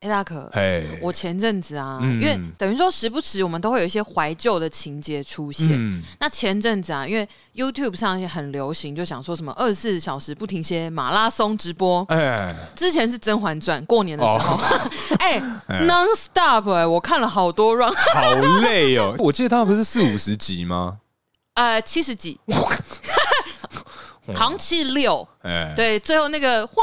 哎、大可，哎，我前阵子啊，嗯因为等于说时不时我们都会有一些怀旧的情节出现。嗯，那前阵子啊，因为 YouTube 上很流行，就想说什么二十四小时不停歇马拉松直播。哎，之前是《甄嬛传》，过年的时哦候， 哎、n o n stop 哎、我看了好多 round，好累哦！ 我记得他们不是四五十集吗？ 呃，七十几，哦好像七十六。哎，对，最后那个皇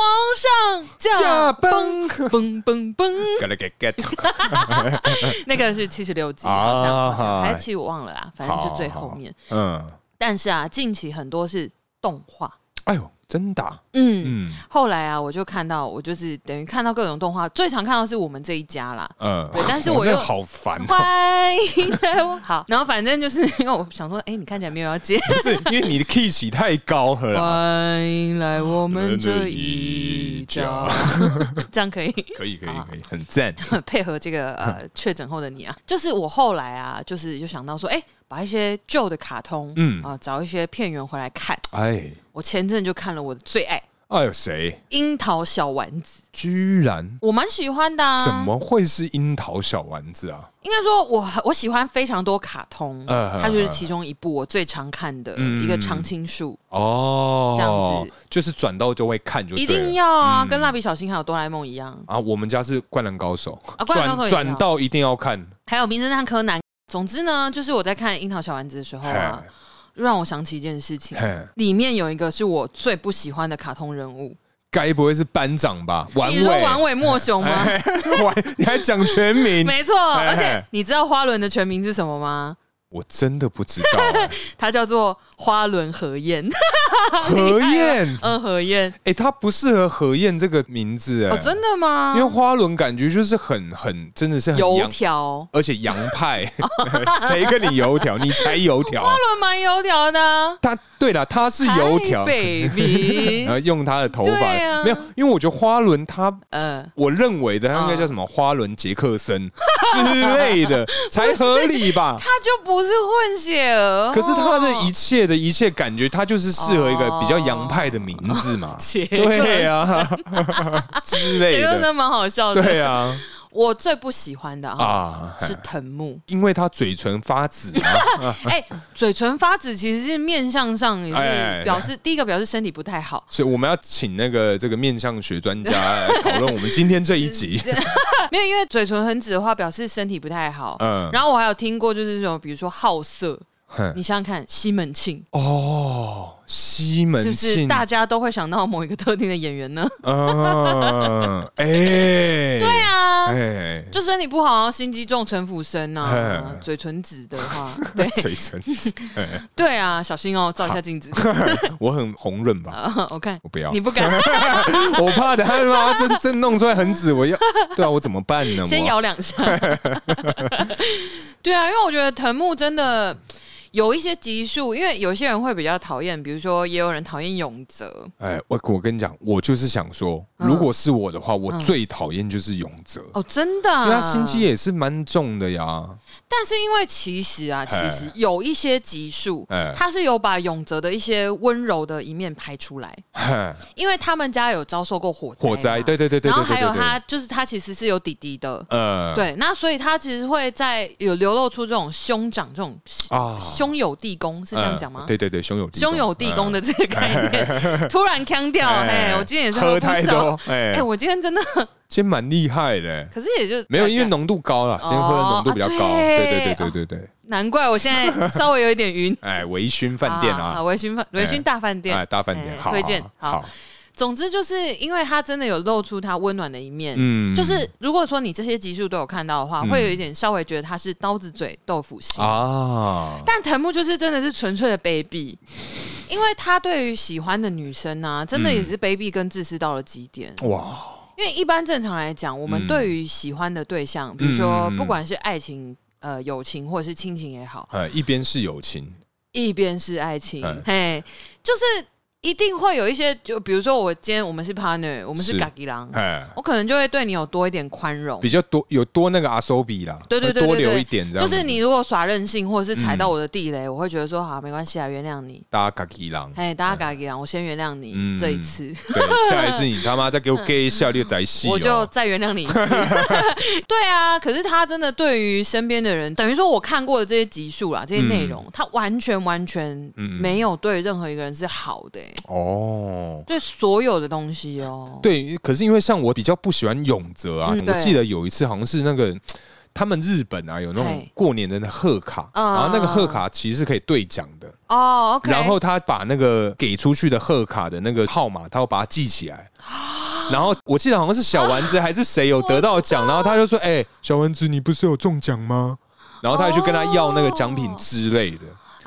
上驾驾崩 崩崩崩崩， ，get get get，那个是七十六集，啊好像好像嗨还是七我忘了啦，反正就最后面。嗯，但是啊，近期很多是动画，哎呦，真的啊，嗯。嗯后来啊，我就看到，我就是等于看到各种动画，最常看到是我们这一家啦。嗯对，但是我又那 好嗯烦哦，欢迎来 我好，然后反正就是因为我想说，哎、你看起来没有要接， 不是因为你的 key 起太高了啊啦，欢迎来我们这一家， 这样可以。可以可以可以，很赞，配合这个 呃确诊后的你啊，就是我后来啊，就是就想到说，哎、把一些旧的卡通，嗯嗯啊、找一些片源回来看。哎，我前阵就看了我的最爱《哎呦，谁樱桃小丸子》，居然我蛮喜欢的、啊。怎？么会是樱桃小丸子啊？应该说我我喜欢非常多卡通，嗯它就是其中一部我最常看的嗯一个常青树，哦，这样子就是转到就会看就一对了嗯定要啊，跟蜡笔小新还有哆啦 A 梦一样，啊！我们家是灌篮高手啊，灌篮高手也转转要到一定要看，还有名侦探柯南。总之呢，就是我在看《樱桃小丸子》的时候啊，让我想起一件事情嘿，嘿里面有一个是我最不喜欢的卡通人物，该不会是班长吧？丸你说尾，丸尾莫雄吗？ 尾，丸，你还讲全名？ 没错，哎而且你知道花轮的全名是什么吗？我真的不知 道哎。它叫做花轮何燕。何燕， 嗯，何燕。哎，他不适合何燕这个名字哎，哦，真的吗？因为花轮感觉就是很很，真的是很油洋，条，而且洋派， 谁跟你油条？你才油条。花轮蛮油条的啊。他对了，他是油条， ，baby 然。 后用他的头发对，啊没有，因为我觉得花轮他呃，我认为的，他应该叫什么花轮杰克森啊之类的， 才合理吧？他就不是混血儿哦。，可是他的一切的一切，感觉他就是适合一个比较洋派的名字嘛切，对啊之类这个真的，的蛮好笑的。对啊我最不喜欢的啊啊，是藤木。因为他嘴唇发紫 啊，哎，嘴唇发紫其实是面相上也哎哎是哎表示第一个表示身体不太好，所以我们要请那个这个面相学专家来讨论我们今天这一集。没有，因为嘴唇很紫的话，表示身体不太好。啊嗯然后我还有听过，就是那种比如说好色，哼你想想看，西门庆哦，西门是不是庆，大家都会想到某一个特定的演员呢？嗯，哎，对对，啊，哎，就身体不好，然后心机重、城府深啊，嗯嘴唇紫的话， 对 嘴唇紫，哎对啊，小心哦，照一下镜子， 我很红润吧？啊我看 我不要你，不敢，我怕等下妈 真真弄出来很紫，我要对啊，我怎么办呢？先我摇两 下。对啊，因为我觉得藤木真的。有一些集数，因为有些人会比较讨厌，比如说也有人讨厌永泽，哎，我我跟你讲，我就是想说，嗯如果是我的话，我最讨厌就是永泽，哦，啊真的、因啊，为他心机也是蛮重的呀。但是因为其实啊，其哎实有一些集数哎，它是有把永泽的一些温柔的一面排出来，嗨因为他们家有遭受过火灾嘛火灾，对对对对然后对还对有对他对，就是他其实是有弟弟的，呃，对，那所以他其实会在有流露出这种兄长这种啊，兄友弟恭，是这样讲吗嗯？对对对，胸有兄友弟嗯恭的这个概 念突然腔掉，哎，我今天也是喝不太少，多，哎 哎，，我今天 真的，今天蛮厉害的。可是也就没有，因为浓度高了，今天喝的浓度比较哦高。啊对对对对对对对，。难怪我现在稍微有一点晕哎，微醺饭店啊，微醺饭微醺大饭店哎，，大饭店哎好推荐好好，总之就是因为他真的有露出他温暖的一面。嗯就是如果说你这些集数都有看到的话，会有一点稍微觉得他是刀子嘴豆腐心，嗯啊，但藤木就是真的是纯粹的卑鄙，因为他对于喜欢的女生啊，真嗯的也是卑鄙跟自私到了极点。哇，因为一般正常来讲，我们哦嗯对于喜欢的对象，比如说嗯嗯嗯不管是爱情、呃友情或者是亲情也好，呃，一边是友情，一边是爱情嗯，嘿，就是一定会有一些，就比如说我今天我们是 partner，我们是是嘎吉郎，哎，我可能就会对你有多一点宽容比。较多有多那个阿手比啦，对对对对多对留一点这就样子，嗯是你如果耍任性，或者是踩到我的地雷，我会觉得说好，没关系啊，原谅你。大家嘎吉狼，哎，大家嘎吉郎，我先原谅你、嗯这一次。对，下一次你他妈再给我 gay 笑，你就宰戏哦，我就再原谅 你一次。对啊，可是他真的对于身边的人，等于说我看过的这些集数啦，这些内容，他完全完全嗯没有对任何一个人是好的、欸，哦。对所有的东西哦、对，可是因为像我比较不喜欢永泽啊，嗯我对记得有一次好像是那个他们日本啊有那种嘿过年的那贺卡，嗯然后那个贺卡其实是可以兑奖的，哦，OK，然后他把那个给出去的贺卡的那个号码，他要把它记起 来。然后我记得好像是小丸子还是谁有得 到哦奖，然后他就说：“哎、小丸子，你不是有中奖吗？”然后他就去跟他要那个奖品哦之类的。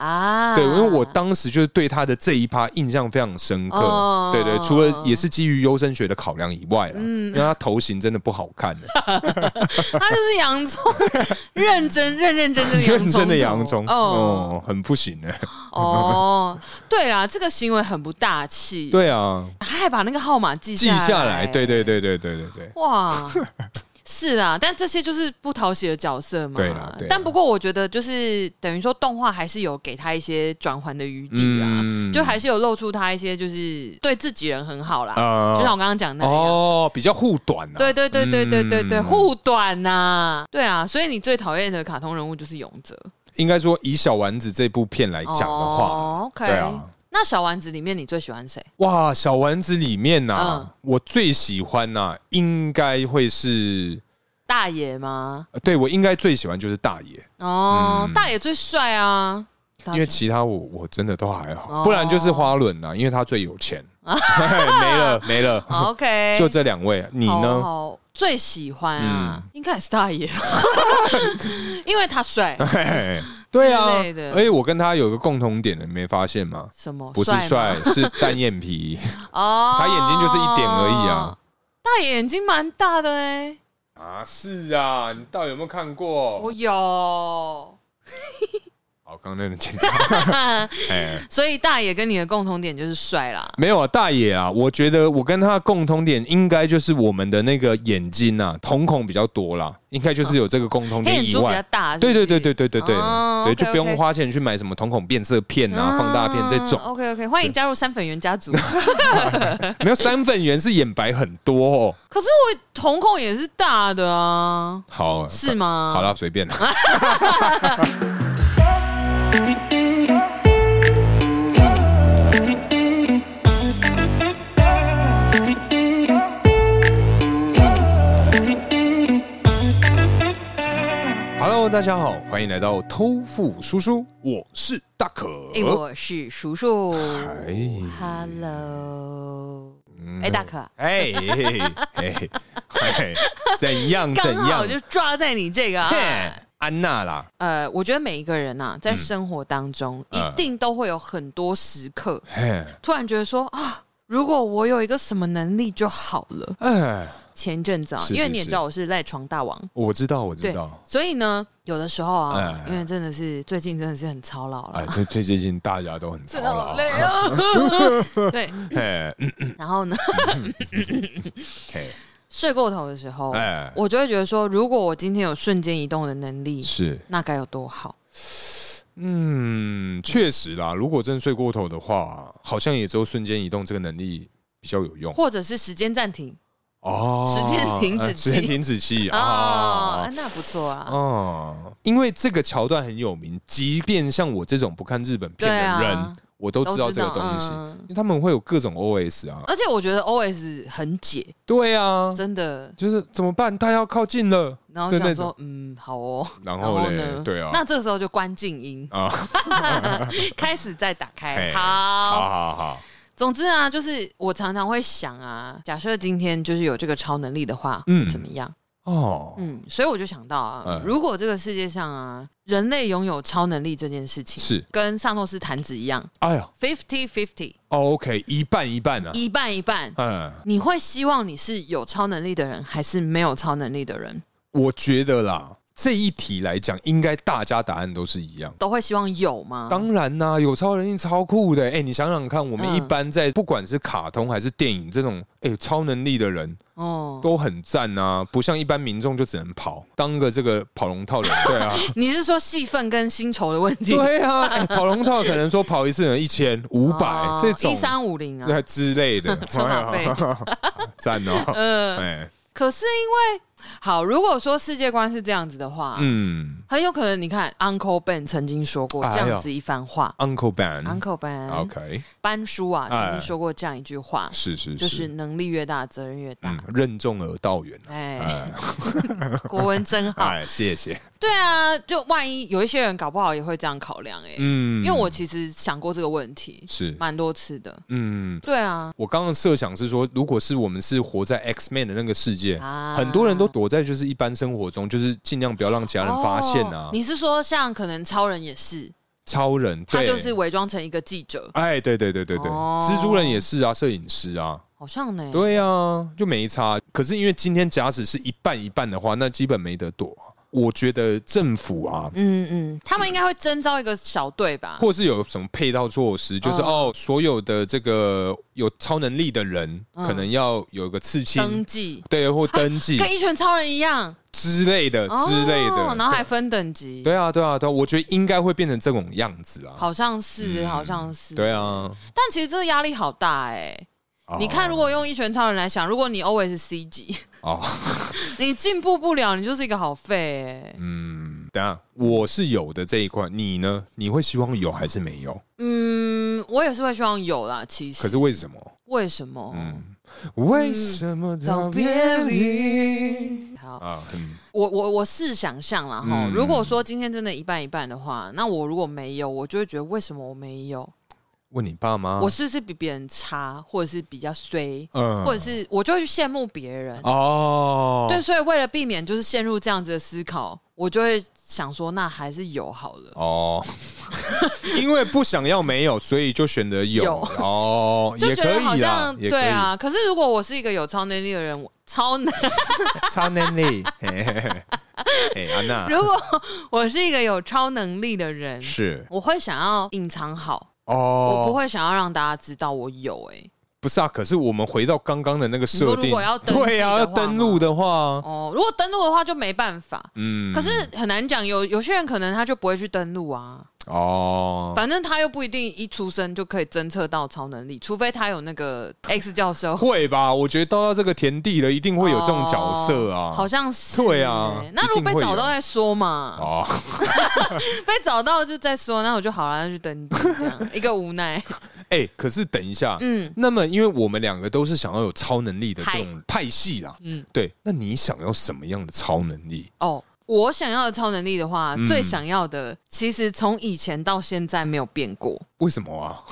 啊，对，因为 我 当时就是对他的这一趴印象非常深刻。哦嗯对对，除了也是基于优生学的考量以外啦，因为他头型真的不好看、 他就是洋葱， 认真认认真真的洋认葱，真的洋葱哦哦，很不行呢、哦，对啦，这个行为很不大气，，对啊，他还把那个号码记记下来，来，对对对对对对对，哇，是啊，但这些就是不讨喜的角色嘛。对啦对啦但不过我觉得就是等于说动画还是有给他一些转换的余地啊，嗯就还是有露出他一些就是对自己人很好啦，啊就像我刚刚讲的那样。哦，比较护短啊。对对对对对对对，嗯护短呐、对啊，所以你最讨厌的卡通人物就是勇者应该说以小丸子这部片来讲的话，哦、，OK，对啊那小丸子里面你最喜欢谁？哇，小丸子里面呐、嗯我最喜欢呐、应该会是，大爷吗？呃对我应该最喜欢就是大爷，哦，嗯大爷最帅啊，因 为其他我我真的都还好，哦不然就是花轮呐、因为他最 有钱，没了没了，好哦 OK，就这两位，啊你好呢？嗯好最喜欢啊，应该也是大 爷，因为他帅。嘿嘿 对啊之类的，而且我跟他有一个共同点的，你没发现吗？什么？不是吗帅，是单 眼皮，哦，他眼睛就是一点而已啊。。大爷眼睛蛮大的哎、啊，是啊，你到底有没有看我过？哦有。 好，刚刚那个简单。哎，所以大爷跟你的共同点就是帅啦。没有啊，大爷啊，我觉得我跟他的共同点应该就是我们的那个眼睛啊，瞳孔比较多啦，应该就是有这个共同黑点眼以珠比较外。大是不对是对对对对对对哦对， OK，就不用 OK 花钱去买什么瞳孔变色片啊、放大片这种。 OK OK，欢迎加入三粉圆家族。 没有三粉圆是眼白很多哦。可是我瞳孔也是大的啊，好，是吗？好了，随便了。Hello，大家好，欢迎来到偷富叔叔，我是大可。哎，我是叔叔。哎 Hello，嗯哎、大可啊、哎嘿嘿嘿嘿怎样嗯怎刚好样？就抓在你这个、啊嘿。安娜啦，呃，我觉得每一个人呐、啊，在生活当中、嗯一定都会有很多时刻，嘿，突然觉得说啊，如果我有一个什么能力就好了。哎，前一阵子啊，是因为是你也是知道我是赖床大王，我知道，我知对道。，所以呢，有的时候啊，哎因为真的是最近真的是很操劳了。哎，最最最近大家都很操真的好劳，累啊！ 对，哎嗯然后呢，嘿睡过头的时候，哎，我就会觉得说，如果我今天有瞬间移动的能力，是，那该有多好。嗯，确实啦。如果真睡过头的话，好像也只有瞬间移动这个能力比较有用或者是时间暂停哦。时间停止哎器时间停止器 啊，啊。那不错啊。哦，因为这个桥段很有名，即便像我这种不看日本片对啊的人，我都知道这个东西，嗯因为他们会有各种 OS 啊。而且我觉得 OS 很解，对啊，真的。就是怎么办？他要靠近了，然后对想那说，嗯，好哦。然然后后嘞呢？，对啊，那这个时候就关静 音，啊，开始再打开。嘿好，好好好，总之啊，就是我常常会想啊，假设今天就是有这个超能力的话，嗯嗯，怎么样？哦，嗯，所以我就想到啊嗯，如果这个世界上啊，人类拥有超能力这件事情，是，跟萨诺斯弹指一样哎呀，fifty fifty，哦，OK，一半一半啊，一半一半。嗯，你会希望你是有超能力的人，还是没有超能力的人？我觉得啦，这一题来讲，应该大家答案都是一样。都会希望有吗？当然啦、有超能力超酷的、哎、你想想看，我们嗯一般在不管是卡通还是电影这种哎、超能力的人哦，都很赞啊，不像一般民众就只能跑，当个这个跑 龙套人，对啊，你是说戏份跟薪酬的问题？对啊，哎跑龙套可能说跑一次人一千五百这种哦一，三五零啊，对之类 的，充话费 赞哦， 嗯、哎，可是因为好，如果说世界观是这样子的话，嗯很有可能你看 Uncle Ben 曾经说过哎这呦样子一番话。 ，Uncle Ben。 Uncle Ben、 OK，班叔啊，哎曾经说过这样一句话，是是就是能力越大，责任越大嗯。，任重而道远啊。哎，哎 国文真好。哎，谢谢。对啊，就万一有一些人搞不好也会这样考量哎，嗯因为我其实想过这个问题，是蛮多次的。嗯，对啊，我刚刚设想是说，如果是我们是活在 X Man 的那个世界，啊哎很多人都躲在就是一般生活中，就是尽量不要让其他人发现啊哦。你是说像可能超人也是，超人，他对就是伪装成一个记者，哎，对对对对对，哦蜘蛛人也是啊，摄影师啊，好像呢。对啊，就没差。可是因为今天假使是一半一半的话，那基本没得躲啊。我觉得政府啊，嗯嗯，他们应该会征召一个小队吧？或是有什么配套措施，就是、嗯哦，所有的这个有超能力的人，嗯可能要有个刺青，登记，对，或登 记跟一拳超人一样之类的、呃之类哦然后的。还分等级，对啊，对啊，对啊，我觉得应该会变成这种样子啊。好像是，好像是。对啊，但其实这个压力好大哎、哦你看，如果用一拳超人来想，如果你 always C 级，哦， 你进步不了，你就是一个好废哎、嗯，等一下我是有的这一块，你呢？你会希望有还是没有？嗯，我也是会希望有啦，其实。可是嗯为什么？为什么？嗯为什么道别离？好，啊，嗯我我我试想象啦哈、嗯如果说今天真的一半一半的话，那我如果没有，我就会觉得为什么我没有？问你爸妈，我是不是比别人差，或者是比较衰，嗯或者是我就会去羡慕别人？哦，对，所以为了避免就是陷入这样子的思考，我就会想说，那还是有好了。哦， 因为不想要没有，所以就选择有有哦， 就也觉可得好以啦像，也对可以，啊，可是如果我是一个有超能力的人，我 超能， 超能力， 嘿嘿嘿嘿哎，安娜如果我是一个有超能力的 人，是我会想要隐藏好，我不哦，会想要让大家知道我有、欸。不是啊，可是我们回到刚刚的那个设你说如定果要，登记对啊，要的话登录的话，哦，如果登录的话就没办法。嗯，可是很难讲，有有些人可能他就不会去登录啊，哦，反正他又不一定一出生就可以侦测到超能力，除非他有那个 X 教授会吧？我觉得到到这个田地了，一定会有这种角色啊。哦好像是对啊欸那如果被找到再说嘛，哦， 被找到就再说，那我就好了，那就登记这样一个无 奈，哎、可是等一下，嗯，那么因为我们两个都是想要有超能力的这种派系啦，嗯对，那你想要什么样的超能力？哦。我想要的超能力的话，嗯最想要的其实从以前到现在没有变过，为什么啊？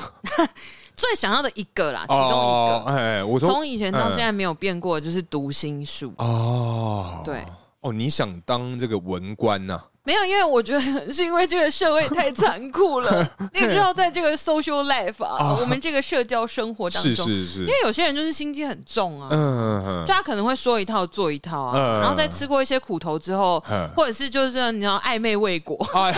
最想要的一个啦，其中一哦，个，哎，我从、说嗯以前到现在没有变过的就是读心术，哦，对。哦，你想当这个文官呐、没有，因为我觉得是因为这个社会太残酷了。 你也知道，在这个 social life 啊，我们这个社交生活当中，哦是是是因，为有些人就是心机很重啊，嗯，就他可能会说一套做一套啊，嗯然后在吃过一些苦头之后，嗯或者是就是你知道暧昧未果，哎呀，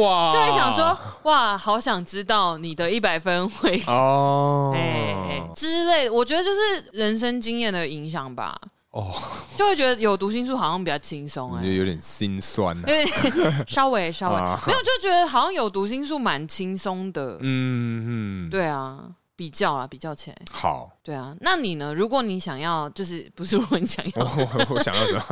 哇，就会想说哇，好想知道你的一百分会。哦，哎、哎之类的，我觉得就是人生经验的影响吧，哦，就会觉得有读心术好像比较轻松哎、你就有点心酸了、因为 稍微稍微啊没有，就觉得好像有读心术蛮轻松的。嗯嗯，对啊，比较啦，比较起来，好。对啊。那你呢？如果你想要，就是不是如果你想我 要，我我想要什么？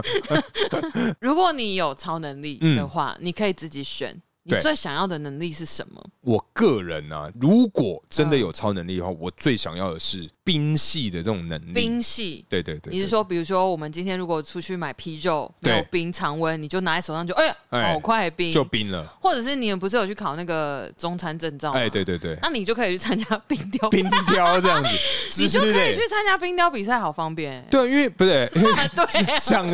如果你有超能力嗯的话，你可以自己选。你对最想要的能力是什么？我个人啊，如果真的有超能力的话，我最想要的是冰系的这种能力。冰系？对嗯对对，你是对说，比如说我们今天如果出去买啤酒，没对有冰常温，你就拿在手上就哎呀，哎好快冰！就冰了？或者是你们不是有去考那个中餐证照？哎，，对对对， 那你就可以去参加冰 雕，冰雕这 样子，你就可之类以去参加冰雕比赛，好方便欸。对，因为不对，因 为 对，讲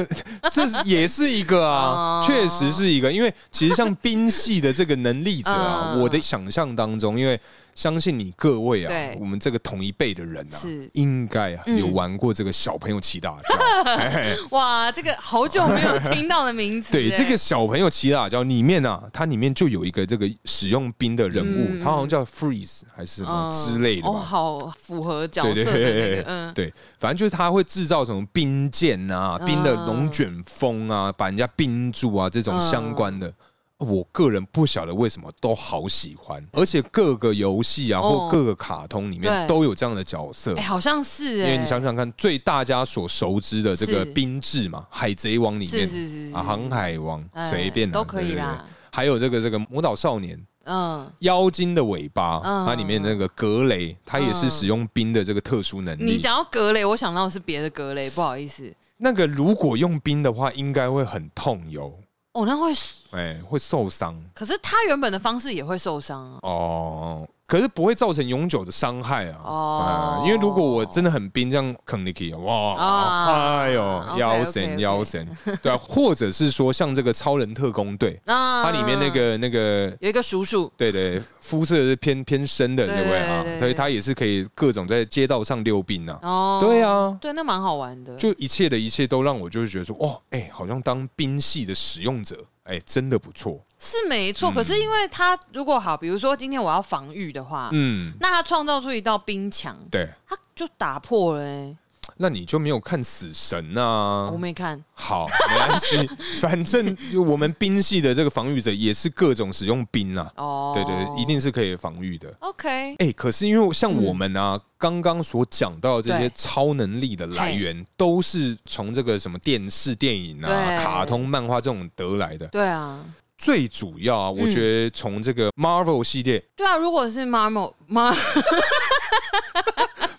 这是也是一个啊，哦确实是一个，因为其实像冰系戏的这个能力者啊， 嗯我的想象当中，因为相信你各位啊对，我们这个同一辈的人啊是，应该啊嗯有玩过这个小朋友骑大脚。嘿嘿哇，这个好久没有听到的名 字。对，哎这个小朋友骑大脚里面啊，它里面就有一个这个使用冰的人物，嗯他好像叫 Freeze 还是什么嗯之类的哦，吧。好符合角对色的对对那对个，嗯，对，反正就是他会制造什么冰箭啊、嗯冰的龙卷风啊、把人家冰住啊这种相关嗯的。我个人不晓得为什么都好喜欢，而且各个游戏啊哦或各个卡通里面对都有这样的角色哎，。好像是因哎，为你想想看，最大家所熟知的这是个冰制嘛，《海贼王》里是面是是是啊，《航海王》哎随便啊都可以，对对啦对，还有这个这个《魔导少年》嗯。妖精的尾巴，嗯它里面那个格雷，它也是嗯使用冰的这个特殊能力。你讲到格雷，我想到的是别的格雷，不好意思，那个如果用冰的话，应该会很痛哟，哦，那会，哎、会受伤可是他原本的方式也会受伤啊。哦。可是不会造成永久的伤害啊！哦哎因为如果我真的很冰，这样啃你可以哇，啊哎呦， OK，OK，OK 腰神腰神，对啊，或者是说像这个超人特工队， 那它里面那个那个，有一个叔叔，对对，肤色是偏偏深的，对对不对啊对对？对所以他也是可以各种在街道上溜冰啊。哦，对，啊，对，那蛮好玩的，就一切的一切都让我就是觉得说，哦，哎、好像当兵系的使用者，哎、真的不错。是没嗯错。可是因为他如果好，比如说今天我要防御的话，嗯，那他创造出一道冰墙，对，他就打破了欸。那你就没有看死神啊我？没看，好，没关系， 反正就我们兵系的这个防御者也是各种使用兵啊，哦，对对对，一定是可以防御的。 OK，哎、可是因为像我们啊，刚刚、所讲到这些嗯对超能力的来源，都是从这个什么电视、电影啊、对卡通、漫画这种得来的。对啊，最主要啊，我嗯觉得从这个 Marvel 系列对啊，如果是 Marvel Mar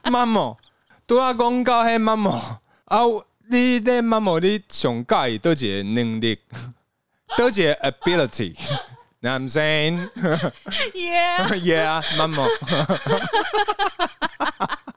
啊妈妈，拄阿讲到迄妈妈啊，你咧妈妈你上介意倒一个能力， 倒一个 ability。那 I'm saying, Yeah， yeah, 妈妈。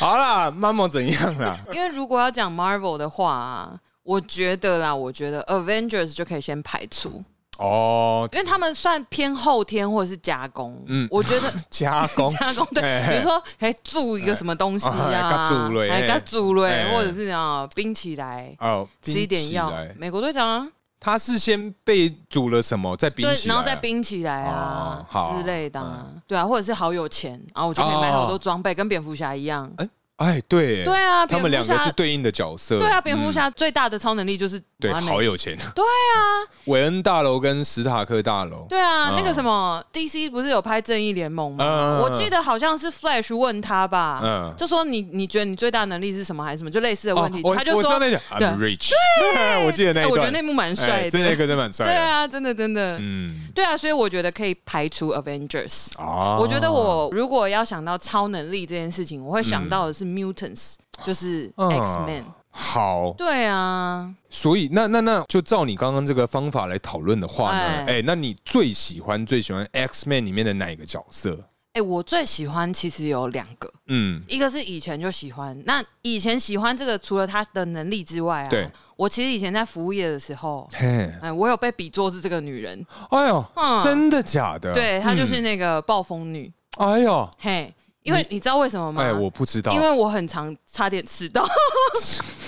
好啦，妈妈怎样啦？因为如果要讲 Marvel 的话、啊，我觉得啦，我觉得 Avengers 就可以先排除，哦，因为他们算偏后天或者是加工。嗯嗯，我觉 得加工， 加工对哎，比如说还注一个什么东西哎哎啊，加注类还哎加注类，哎或者是啊冰起来。哦，吃一点药冰起来，美国队长啊，他是先被煮了什么，再冰对，起来，然后再冰起来啊哦好嗯之类的啊，对啊，或者是好有钱，然后我就可以买哦好多装备，跟蝙蝠侠一样。哎，对，对，啊，他蝙们蝠两个侠是对应的角色。对啊，蝙嗯蝠侠最大的超能力就是对，完美好有钱。对啊，韦恩大楼跟史塔克大楼。对啊，嗯那个什么 DC 不是有拍《正义联盟》吗？嗯嗯嗯我记得好像是 Flash 问他吧，嗯就说你你觉得你最大能力是什么，还是什么，就类似的哦，问题，我他就我知说道那个 I'm rich，我 记得那哎一我觉段得，那幕蛮帅哎真的，的那个真的蛮帅对的。啊，真的真的，嗯，对啊，所以我觉得可以排除 Avengers。啊我觉得我如果要想到超能力这件事情，我会想到的是 mutants，、就是嗯 X Men。好，对啊，所以那那那就照你刚刚这个方法来讨论的话呢，哎哎，那你最喜欢最喜欢 X Man 里面的哪一个角色？哎、我最喜欢其实有两个，嗯，一个是以前就喜欢，那以前喜欢这个，除了他的能力之外啊，对，我其实以前在服务业的时候，嘿，哎，我有被比作是这个女人，哎呦，嗯真的假的？对她就是嗯，那个暴风女，哎呦，嘿，因为你知道为什么吗？哎，我不知道因，为我很常差点迟到，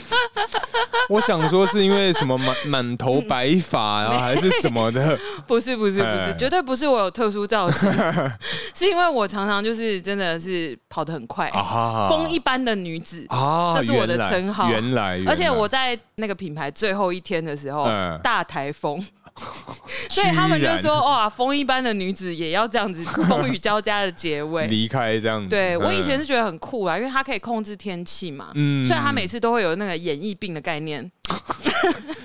我想说是因为什么满满头白发 啊，还是什么的？不是不是不哎是，绝对不是我有特殊造 型，是因为我常常就是真的是跑得很快，啊风一般的女子，啊，这是我的称号原来，原来而且我在那个品牌最后一天的时候，嗯大台风，所以他们就居说然哇，风一般的女子也要这样 子风雨交加的结尾。离开这样子。嗯对我以前是是觉得很酷啊啦，因为它可以控制天气嘛。嗯虽然他每次都会有那个演疫病的概念，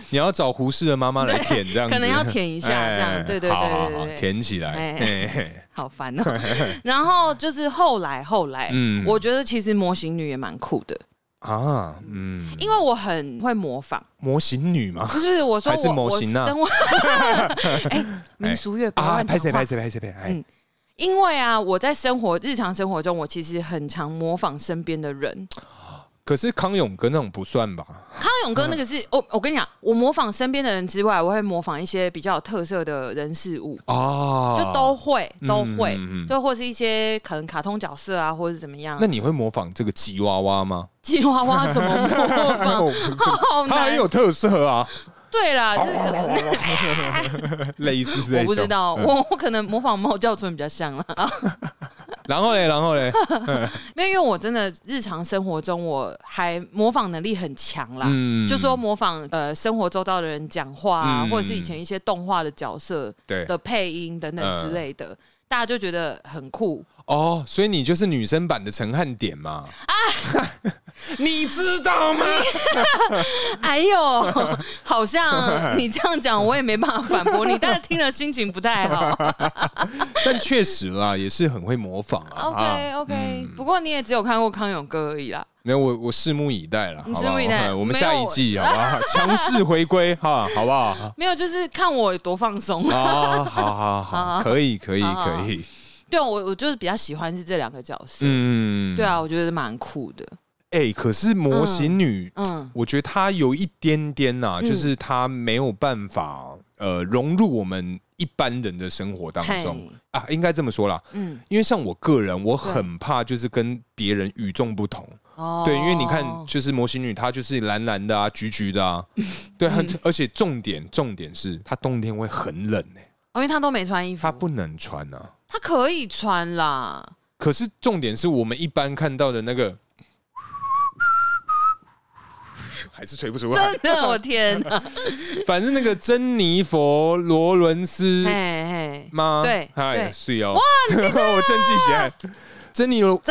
你要找胡适的妈妈来舔这样子，可能要舔一下哎这样对对对好好对好对对舔起来。哎嘿嘿好烦哦、 然后就是后来后来，嗯我觉得其实模型女也蛮酷的，啊，嗯，因为我很会模仿。模型女嘛不是我说还是我模我型啊生活， 哎，民俗乐不要啊，乱拍谁讲话拍。谁拍谁拍，哎嗯因为啊，我在生活日常生活中，我其实很常模仿身边的人，可是康永哥那种不算吧？康永哥那个嗯是，哦我我跟你讲，我模仿身边的人之外，我会模仿一些比较有特色的人事物，哦，就都会都会嗯嗯嗯，就或是一些可能卡通角色啊，或者是怎么样 那。你会模仿这个吉娃娃吗？吉娃娃怎么模 仿？好它难很。有特色啊， 对啦，这个类似这种嗯我不知。道，我我可能模仿猫叫春比较像啦。然后嘞，然后嘞，没有，因为我真的日常生活中我还模仿能力很强啦，嗯就说模仿呃生活周遭的人讲话啊，嗯或者是以前一些动画的角色对嗯的配音等等之类的，大家就觉得很酷。哦，所以你就是女生版的陈汉典嘛？啊， 你知道吗？ 哎 呦，好 像你这样讲我也没办法反驳你，但是听了心情不太 好。但确实啦，也是很会模仿啊。 OK 啊 OK，、不过你也只有看过康永哥而已啦。没有我，我拭目以待了，你好不拭好目以待哎我们没下有一季好 不好？强势回归哈，好不好？没有，就是看我有多放松。啊，好好好， 好可以可以好好可以，对啊，我我就是比较喜欢是这两个角色。嗯，对，啊，我觉得蛮酷的。哎，可是模型女，嗯，我觉得她有一点点呐，嗯就是她没有办法呃融入我们一般人的生活当中嘿啊，应该这么说啦，嗯，因为像我个人，我很怕就是跟别人与众不同。哦对，因为你看，就是模型女，她就是蓝蓝的啊，橘橘 的啊，对，很而且重点重点是，她冬天会很冷呢、哦，因为他都没穿衣服，她不能穿啊。他可以穿啦。可是重点是我们一般看到的那个，还是吹不出来真。的， 我天哪！反正那个珍妮佛罗伦斯嘿嘿，吗？对嗨，对睡哦。哇，啊 我真记起来，珍妮罗。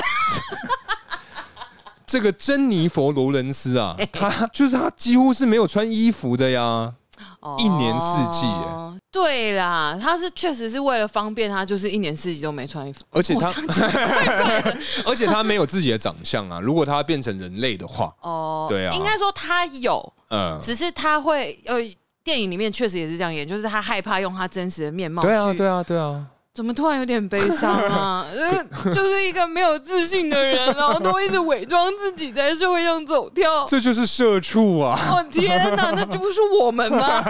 这个珍妮佛·罗伦斯啊，她就是她几乎是没有穿衣服的呀。哦一年四季耶。对啦，他是确实是为了方便，他就是一年四季都没穿衣服。而且我他这样 讲而且她没有自己的长相啊。如果她变成人类的话，哦，对啊应该说他有，嗯，只是他会呃，电影里面确实也是这样演，就是他害怕用他真实的面貌。对啊，对啊。啊，对啊。怎么突然有点悲伤 啊？就是就是一个没有自信的人，然后都一直伪装自己在社会上走跳。 这就是社畜啊！哦天哪，那这不是我们 吗？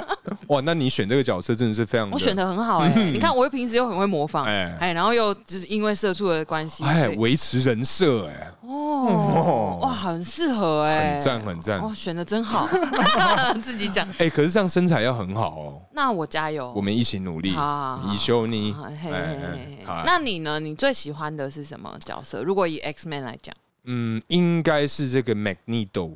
哇，那你选这个角色真的是非常的……我选的很好哎、你看我又平时又很会模仿，嗯哎哎、然后又就是因为社畜的关系，哎，所以维持人设哎，哦，哇，很适合哎、很赞很赞哦，选的真 好， 自己讲，哎，可是这样身材要很好哦。那我加油，我们一起努力好好，好以修你啊。嘿嘿哎嘿哎嘿好那你呢？你最喜欢的是什么角色？如果以 X Man 来讲嗯，应该是这个 Magneto，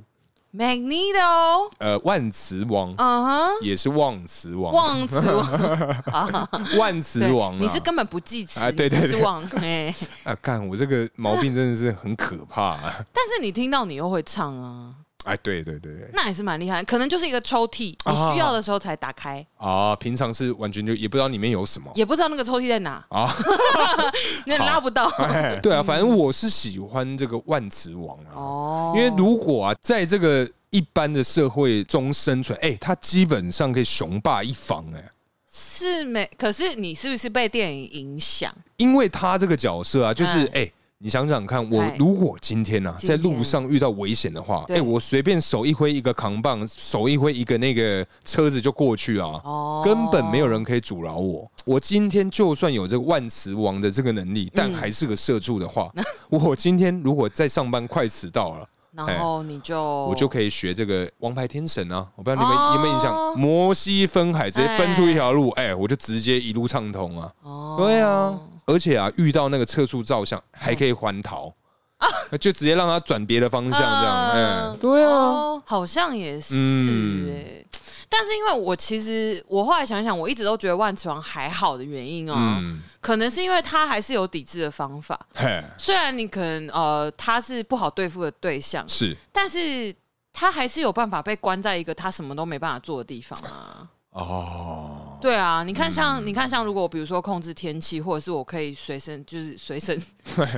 ，Magneto，呃，万磁王、嗯哼。也是忘词王，忘 词王，万磁对王、啊。你是根本不记词，哎对对你不对是忘哎。啊，干我这个毛病真的是很可怕、 啊。但是你听到你又会唱啊，哎，对对对对，那也是蛮厉害。可能就是一个抽屉，你需要的时候才打开。啊，平常是完全就也不知道里面有什么。也不知道那个抽屉在哪 啊啊，那拉不到哎对啊，反正我是喜欢这个万磁王啊，哦因为如果啊，在这个一般的社会中生存，哎、他基本上可以雄霸一方、哎。是没，可是你是不是被电影影响？因为他这个角色啊，就是哎嗯、欸你想想看，我哎如果今天啊，今在天路上遇到危险的话，哎、对我随便手一挥一个扛棒，手一挥一个那个车子就过去啊，哦根本没有人可以阻挠我。我今天就算有这个万磁王的这个能嗯力，但还是个社畜的话， 我今天如果在上班快迟到了。然后你就哎我就可以学这个《王牌天神》啊！我不知道你们有没有印哦象，摩西分海直接分出一条路，哎、我就直接一路畅通啊！哦对啊，而且啊，遇到那个测速照相还可以还逃，啊就直接让他转别的方向这样。嗯哎，对啊，哦好像也是嗯欸但是因为我其实我后来想想，我一直都觉得万磁王还好的原因啊，嗯，可能是因为他还是有抵制的方法。嘿，虽然你可能呃他是不好对付的对象，是但是他还是有办法被关在一个他什么都没办法做的地方啊。哦，对啊，你看像、嗯你看像，如果比如说控制天气，或者是我可以随身就是随 身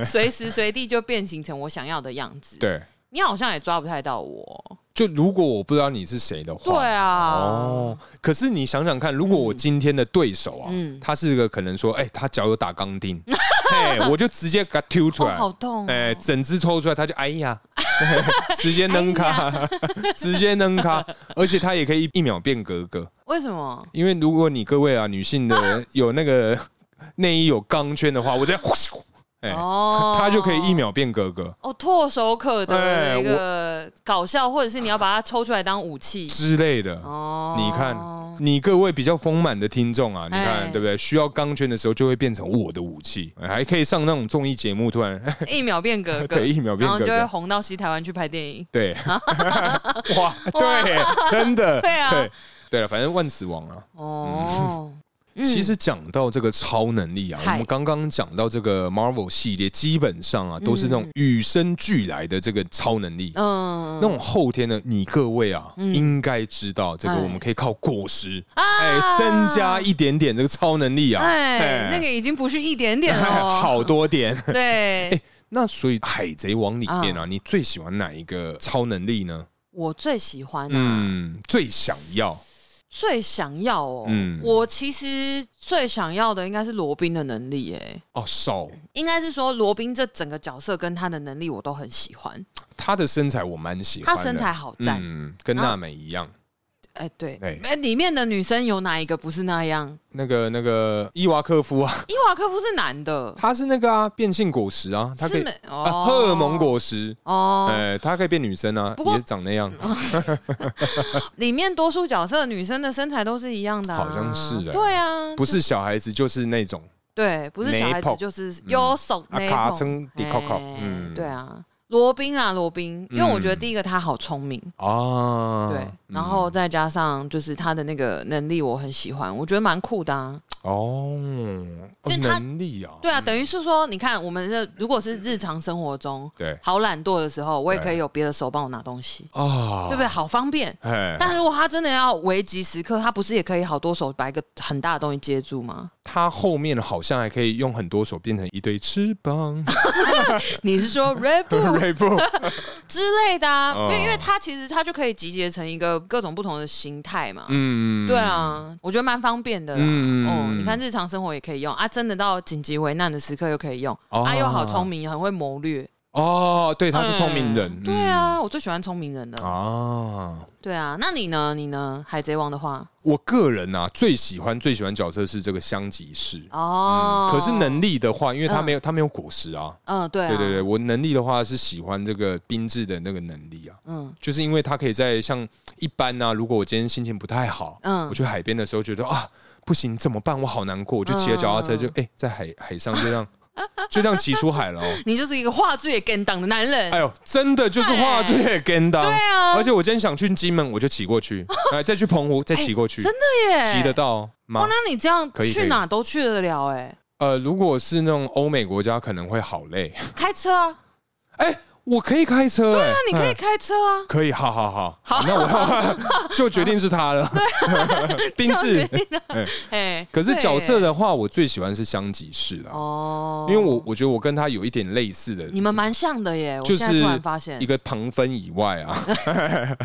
随时随地就变形成我想要的样子，对，你好像也抓不太到我。就如果我不知道你是谁的话，对啊，哦，可是你想想看，如果我今天的对手啊，嗯他是个可能说，哎、他脚有 打钢钉，嘿，我就直接给他揪出哦来，好痛哦哎、整只抽出来，他就哎呀，直 接扔哎咖，直接扔咖，而且它也可以一秒变格格，为什么？因为如果你各位啊女性 的有那个内衣有钢圈的话，我这样，哎、哦，它就可以一。秒变格格哦，唾手可哎得的一个搞笑，或者是你要把它抽出来当武 器。之类的。哦，你看，你各位比较丰满的听众啊，你看哎对不对？需要钢圈的时候就会变成我的武器，哎还可以上那种综艺节目，突然 一秒变格格，对一秒变然后格就会格，红到西台湾去拍电影。对， 哇，对，真的，对啊对，对了，反正万磁王啊。哦，嗯其实讲到这个超能力啊，我嗨们刚刚讲到这个 Marvel 系列，基本上啊都是那种与生俱来的这个超能力。嗯那种后天的，你各位啊，应该知道这个，哎我们可以靠果实，哎，啊增加一点点这个超能力啊，哎哎，那个已经不是一点点了哦， 好多点。 对，哎那所以《海贼王》里面啊，你最喜欢哪一个超能力呢？我最喜欢啊，嗯，最想要最想要哦嗯，我其实最想要的应该是罗宾的能力，哎，哦，手，应该是说罗宾这整个角色跟他的能力我都很喜欢，他的身材我蛮喜欢他的，身材好赞，嗯，跟娜美一样。哎，对，哎哎，里面的女生有哪一个不是那样？那个那个伊娃科夫啊， 伊瓦科夫是男的，他是那个啊变性果实啊，他可是以没啊哦，荷尔蒙果实，哦，哎，他可以变女生啊，不过也长那样，里面多数角色女生的身材都是一样的啊、好像是欸对啊，不是小孩子就是那种对，不是小孩 Napo，子就是有手啊那卡称迪扣扣，嗯，对啊，罗宾啊，罗宾，因为我觉得第一个他好聪明，啊，对，然后再加上就是他的那个能力，我很喜欢，我觉得蛮酷的啊。哦，为他能力啊，对啊，等于是说，你看我们这如果是日常生活中对好懒惰的时候，我也可对以有别的手帮我拿东西，啊，对不对？好方便。哎，但如果他真的要危急时刻，他不是也可以好多手把一个很大的东西接住吗？他后面好像还可以用很多手变成一对翅膀 你是说 r e b o 瑞 布，之类的啊？因哦为因为它其实它就可以集结成一个各种不同的形态嘛。嗯，对，啊，我觉得蛮方便的啦。嗯哦，你看日常生活也可以用啊，真的到紧急危难的时刻又可以用。哦啊，又好聪明，很会谋略。哦，对，他是聪明嗯人，对啊，我最喜欢聪明人嗯了。啊。对啊，那你呢？你呢？海贼王的话，我个人啊，最喜欢最喜欢角色是这个香吉士。哦，嗯可是能，力的话，因为他嗯没有他没有果实啊。嗯，对啊，对对对，，我能力的话是喜欢这个冰质的那个能力啊，嗯就是因为他可以在像一般啊，如果我今天心情不太好，嗯我，去海边的时候觉得啊不行怎么办，我好难过，我就骑了脚踏车嗯就哎、在海海上就这样 就这样骑出海了、 哦。你就是一个话剧也跟党的男人哎。呦，真的就是画这也跟当，对啊而且我今天想去金门，我就骑 过去，哎，再去澎湖，再骑过去，哎真的耶，骑得到哇，吗？那你这样可以可以去哪都去得了哎，呃，如果是那种欧美国家，可能会好 累。开车啊，哎，我可以开车，对啊那你可以开车啊，可以，好好好，好，那我 就决定是他了。 丁 志，哎，可是对角色耶的话，我最喜欢是香吉士啦，哦因，为我我觉得我跟他有一点类似的，你们蛮像的耶，我就现在是突然发现一，个糖分以外 啊，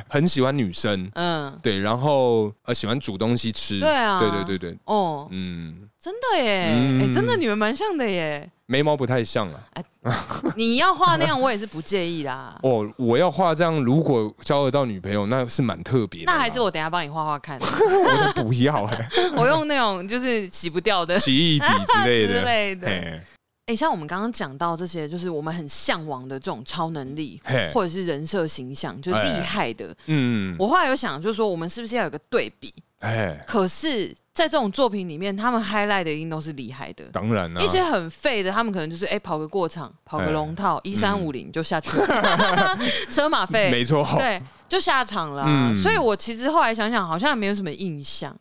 很喜欢女生，嗯，对，然后呃喜欢煮东西吃，对啊对对对对，哦，嗯，真的耶，嗯哎，真的你们蛮像的 耶，眉毛不太像啊。，你要画那样我也是不介意啦 哦，我要画这样，如果交得到女朋友，那是蛮特别的啦。那还是我等一下帮你画画 看，我才不要哎、我用那种就是洗不掉的奇异笔 之 类之的。类的。嘿，哎、像我们刚刚讲到这些，就是我们很向往的这种超能力嘿，或者是人设形象，就哎厉害的。嗯，我后来有想，就是说我们是不是要有个对比？哎，可是，在这种作品里面，他们 highlight 的一定都是厉害的。当然啦、一些很废的，他们可能就是哎、跑个过场，跑哎个龙套，一三五零就下去 了，车马费，没错，哦对，就下场了啊、嗯所以我其实后来想想，好像也没有什么印象，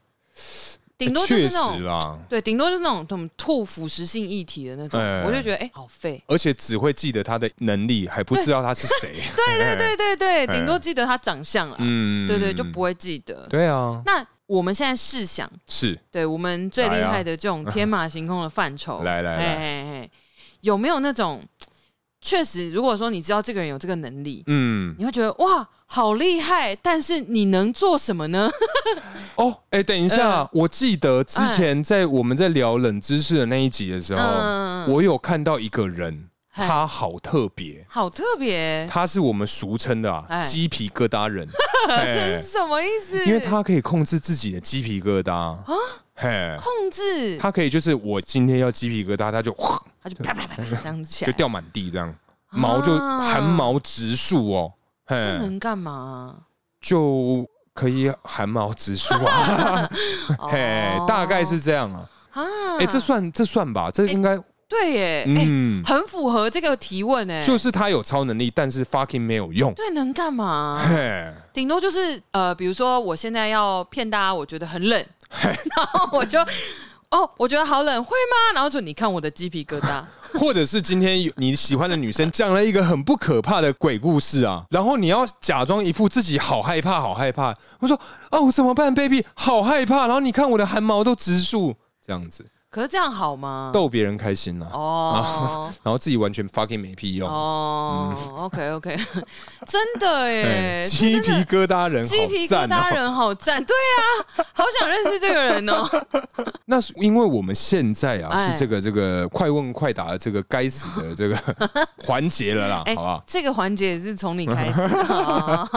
顶多就哎确是那实种啦，对，顶多就是那种什么吐腐蚀性议题的那种，哎我就觉得哎、好废。而且只会记得他的能力，还不知道他是谁。对对对对对，哎顶多记得他长相了， 嗯对对，就不会记得。对啊，那我们现在试想，是对我们最厉害的这种天马行空的范畴，啊 来来来哎哎，有没有那种确实，如果说你知道这个人有这个能力，嗯你会觉得哇，好厉害，但是你能做什么呢？哦，哎、等一下，嗯我记得之前在我们在聊冷知识的那一集的时候，嗯我有看到一个人，嘿他好特别，好特别，他是我们俗称的啊哎鸡皮疙瘩 人，嘿什么意思？因为他可以控制自己的鸡皮疙瘩啊，嘿，控制，他可以就是我今天要鸡皮疙瘩，他就他就啪啪啪 啪这样子起就来，掉满地这样，毛就啊汗毛直竖哦，嘿这能干嘛？就可以汗毛直竖啊， 嘿， 哦大概是这样啊。啊，哎、这算这算吧，这应该、对耶，哎，嗯，很符合这个提问哎，就是他有超能力，但是 fucking 没有用。对，能干 嘛？嘿，顶多就是呃，比如说我现在要骗大家，我觉得很 冷，然后我就哦，我觉得好冷，会吗？然后就你看我的鸡皮疙瘩，或者是今天有你喜欢的女生讲了一个很不可怕的鬼故事啊，然后你要假装一副自己好害怕，好害怕。我说哦，怎么办，baby，好害怕。然后你看我的汗毛都直竖，这样子可是这样好 吗？逗别人开心呐、啊，哦然后自己完全 fucking 没屁用。哦，OK OK，真的嗯哎耶，鸡皮疙瘩人好鸡皮疙赞哦瘩人好赞，对啊，好想认识这个人 哦。那是因为我们现在啊哎是这个这个快问快答的这个该死的这 个环节了啦，哎好不好？这个环节也是从你开 始的，哦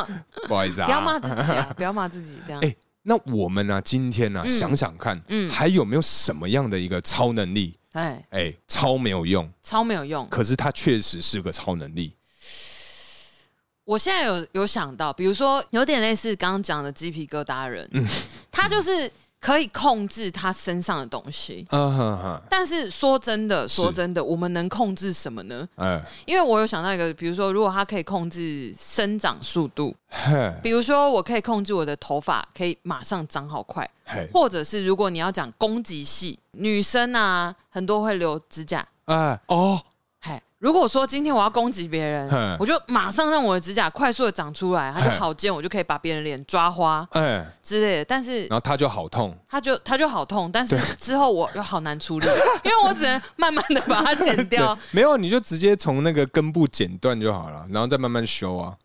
不好意思啊，不要骂自己啊，不要骂自己这样哎。那我们呢、今天呢、啊嗯想想看，嗯还有没有什么样的一个超能力？哎，哎、超没有用，超没有用。可是它确实是个超能力。我现在有有想到，比如说有点类似刚刚讲的鸡皮疙瘩人，他就是可以控制他身上的东西。啊哈哈，但是说真的，是说真的，我们能控制什么呢？哎、因为我有想到一个，比如说，如果他可以控制生长速度，嘿比如说我可以控制我的头发可以马上长好快，嘿，或者是如果你要讲攻击系，女生啊很多会留指甲，哎哦，嘿，如果说今天我要攻击别嘿人，我就马上让我的指甲快速的长出来，它就嘿好尖，我就可以把别人脸抓花哎、之类的。但是然后它就好痛。它就它就好痛，但是之后我又好难处理，因为我只能慢慢的把它剪对 掉。，没有，你就直接从那个根部剪断就好了，然后再慢慢修啊。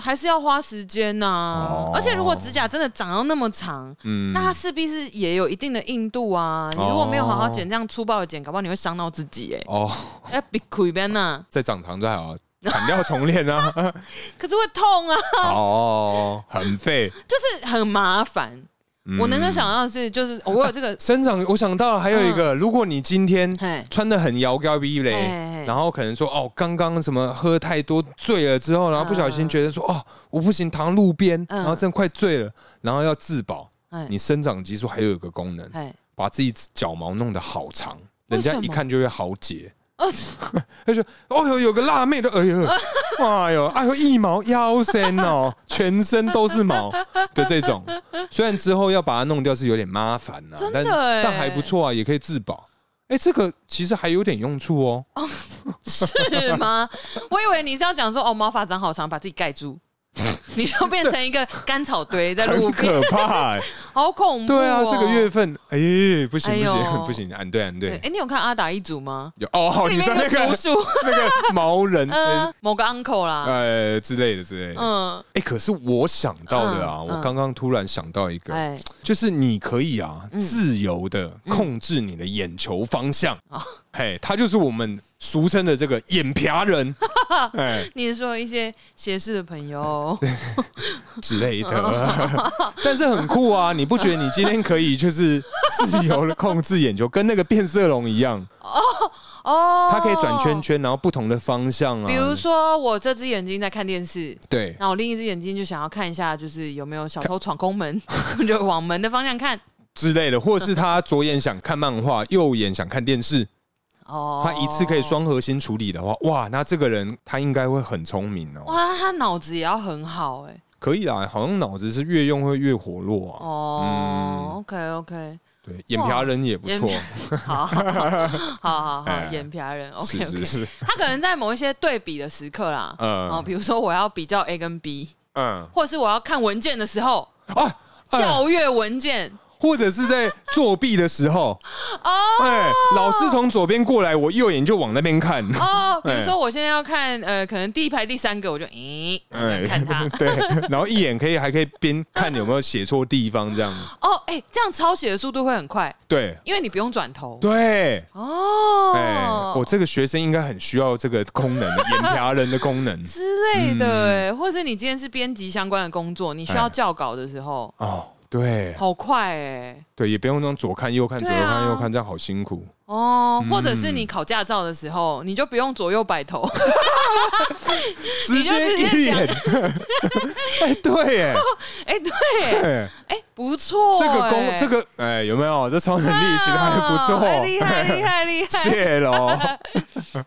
还是要花时间呐、哦而且如果指甲真的长到那么长，嗯，哦那它势必是也有一定的硬度啊。你如果没有好好剪，这样粗暴的剪，搞不好你会伤到自己哎、哦，欸。哎，别亏边呐，再长长再好啊，砍掉重 练啊。可是会痛啊，哦，很废。就是很麻烦。嗯我能够想到的是，就是哦我有这个生长，我想到了还有一个，如果你今天嗯嘿穿的很摇高逼嘿嘞嘿，嘿然后可能说哦，刚刚什么喝太多醉了之后，然后不小心觉得说哦，我不行，躺到路边，嗯然后真的快醉了，然后要自保。哎你生长激素还有一个功能，哎，把自己脚毛弄得好长，人为什家么一看就会好解。哦， 他就说哦哟，有个辣妹的，哎呦，哎呦，哎呦，一毛腰身哦，全身都是毛的这种。虽然之后要把它弄掉是有点麻烦呐、真的但欸但还不错啊，也可以自保。哎、这个其实还有点用处哦。是吗？我以为你是要讲说哦，毛发长好长，把自己盖住， 你就变成一个干草堆在路边，很可怕、欸，好恐怖、哦。对啊，这个月份，哎、不行哎不呦行不行，俺对俺对，对哎、，你有看阿达一族吗？有哦，里你面说那那个个 叔叔，那个毛人，嗯、呃某个 uncle 啦，呃之类的之类的。哎、嗯，可是我想到的啊，嗯我嗯刚刚突然想到一个，哎、就是你可以啊，嗯自由的控制你的眼球方向哦。嘿，他就是我们俗称的这个眼 瞟人，哎你是说一些斜视的朋友，之类的。哦 但是很酷啊，你不觉得你今天可以就是自由的控制眼球，跟那个变色龙一样，哦，它可以转圈。圈，然后不同的方向啊。比如说，我这只眼睛在看电视，对，那我另一只眼睛就想要看一下，就是有没有小偷闯空门，我 就往门的方向看。之类的，或是他左眼想看漫画，右眼想看电视，哦，他一次可以双核心处理的话，哇，那这个人他应该会很聪明哦。哇，他脑子也要很好哎、可以啊，好像脑子是越用会越活络啊。哦、o k OK，对，眼皮人也不错， 好，好好好好哎，眼皮人 OK 是 OK，是是，他可能在某一些对比的时刻啦，嗯哦，比如说我要比较 A 跟 B，嗯，或者是我要看文件的时候，啊，哎校阅文件， 或者是在作弊的时候，哦，哎，老师从左边过来，我右眼就往那边看，哦，哎比如说我现在要看，呃，可能第一排第三个，我就咦、 哎，看他 对，然后一眼可以还可以边看有没有写错地方，这样，哦，哎、这样抄写的速度会很快，对，因为你不用转头。对，哦，哎，我这个学生应该很需要这个功 能的，眼瞟人的功能之类的、哎，或者是你今天是编辑相关的工作，你需要嗯哎校稿的时候，哦，对，好快哎、对，也不用那种左看右看左对右啊看右看，这样好辛苦。哦，嗯或者是你考驾照的时候，你就不用左右摆头， 直你就接直接一眼， 哎，对耶，哎、 对，哎，哎、不错、这个哎功这个哎有没有？这超能力其实还不啊错，哎厉害厉害厉害。谢喽。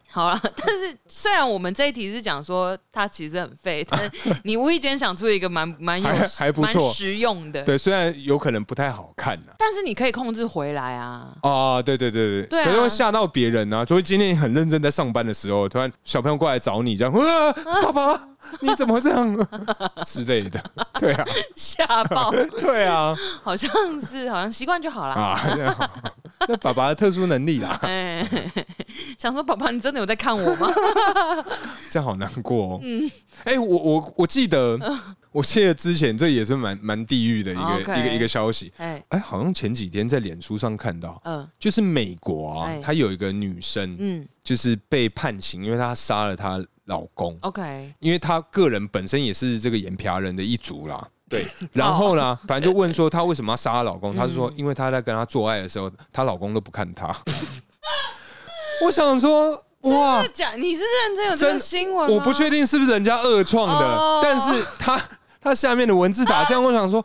好了，但是虽然我们这一题是讲说它其实很废， 但你无意间想出一个蛮蛮有还还不错蛮实用的，对，虽然有可能不太好看呐。但是你可以控制回来 啊。啊，对对对对，对啊可是会吓到别人啊。所以今天很认真在上班的时候，突然小朋友过来找你，这样，啊，爸爸，你怎么这样之类的？对啊，吓爆，对啊， 好像是，好像习惯就好啦。啊，这样那爸爸的特殊能力 啦，哎，想说宝宝，你真的有在看我吗？这样好难过哦。嗯，哎，我我我记得，我记得之前这也是蛮蛮地狱的一个嗯哦 OK 一个一个消息。哎， 哎，好像前几天在脸书上看到，嗯就是美国啊哎，她有一个女生，嗯就是被判刑，因为她杀了她老公。哦 ，OK，因为她个人本身也是这个眼皮人的一族啦。 对，然后呢，反正就问说她为什么要杀她老嗯公？她说，因为她在跟她做爱的时候，她老公都不看她。 我想说，哇这，讲你是认真有这真个新闻吗？我不确定是不是人家恶创的哦，但是她她下面的文字打这样，我想说，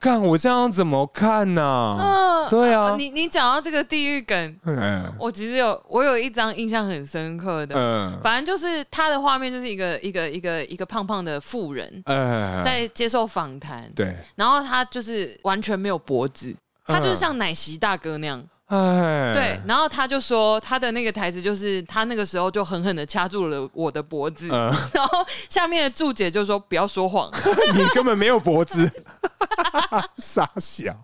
干我这样怎么看呢？嗯对啊，你你讲到这个地狱梗，嗯我其实有我有一张印象很深刻的，嗯反正就是他的画面就是一个一个一个一个胖胖的妇人嗯，在接受访谈，对，然后他就是完全没有脖子，他就是像奶昔大哥那样，哎，对，，然后他就说他的那个台词就是他那个时候就狠狠的掐住了我的脖子，嗯， 然后下面的注解就说不要说谎， 你根本没有脖子， 傻小。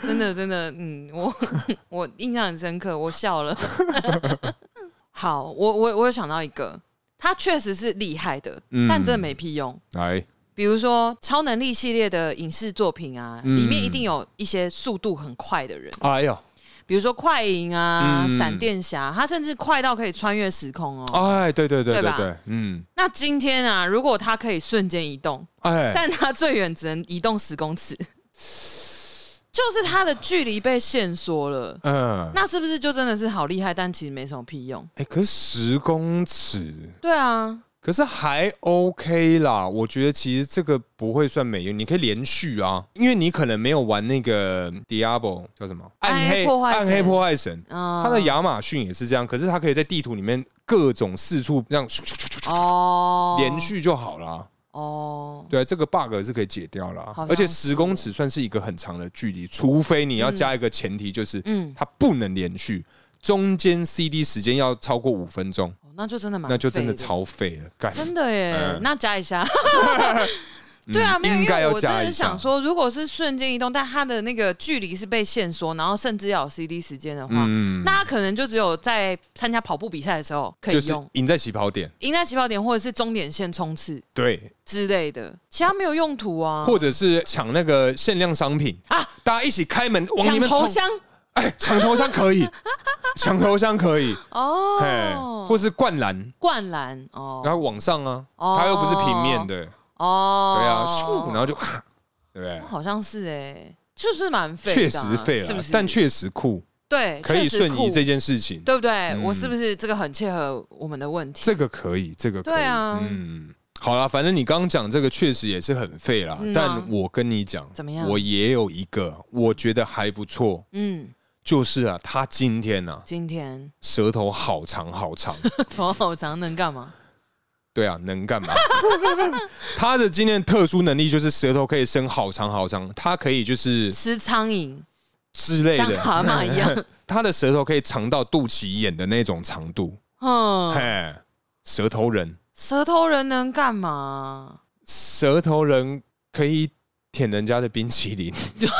真的真的，嗯，我我印象很深刻，我笑了。 好，我我我有想到一个，他确实是厉害的，嗯但真的没屁用。来，比如说超能力系列的影视作品啊，嗯里面一定有一些速度很快的人，哎呦，比如说快银啊、嗯闪电侠，他甚至快到可以穿越时空哦。哎，对对对对对吧对，嗯，那今天啊，如果他可以瞬间移动，哎，但他最远只能移动十公尺，就是他的距离被限缩了。嗯，那是不是就真的是好厉害，但其实没什么屁用？哎，可是十公尺，对啊，可是还 OK 啦。我觉得其实这个不会算美用，你可以连续啊，因为你可能没有玩那个 Diablo 叫什么暗黑暗黑破坏神暗黑破坏神，嗯，它的亚马逊也是这样，可是它可以在地图里面各种四处让咻咻咻咻咻哦连续就好啦。哦，对啊，这个 bug 是可以解掉啦好。像而且是十公尺算是一个很长的距离，除非你要加一个前提，就是嗯，它不能连续，中间 CD 时间要超过五分钟，哦那就真的蛮那就真的废超废了。干，真的耶，嗯那加一下。嗯 对啊，没有，应因该为要我真加的一是下想。说，如果是瞬间移动，但它的那个距离是被限缩，然后甚至要有 CD 时间的话，嗯，那它可能就只有在参加跑步比赛的时候可就以是用，赢在起跑点，赢在起跑点或者是终点线冲刺对，之类的，其他没有用途啊。或者是抢那个限量商品啊啊，大家一起开门往里抢面头冲，香哎，抢头香可 以，抢头香可以，哎哦，，或是灌篮，灌篮哦，然后往上啊，哦它又不是平面的，哦，对啊，咻，然后就， 对不对？好像是哎、就是蛮废确的啊、实废是不了是？，但确实酷，对，可以确实瞬酷移这，件事情，对不对、我是不是这个很切合我们的问题？这个可以，这个可以对啊嗯，好啦，反正你刚刚讲这个确实也是很废啦，嗯啊但我跟你讲，怎么样我也有一个，我觉得还不错，嗯，就是啊，他今天啊，今天 哦舌头好长好长，头好长能干嘛？对啊，能干嘛？他的今天的特殊能力就是舌头可以伸好长好长，他可以就是吃苍蝇，之类像的，蛤蟆一 样。他的舌头可以长到肚脐眼的那种长度，嗯，嘿，舌头人。舌头人能干嘛？舌头人可以舔人家的冰淇淋。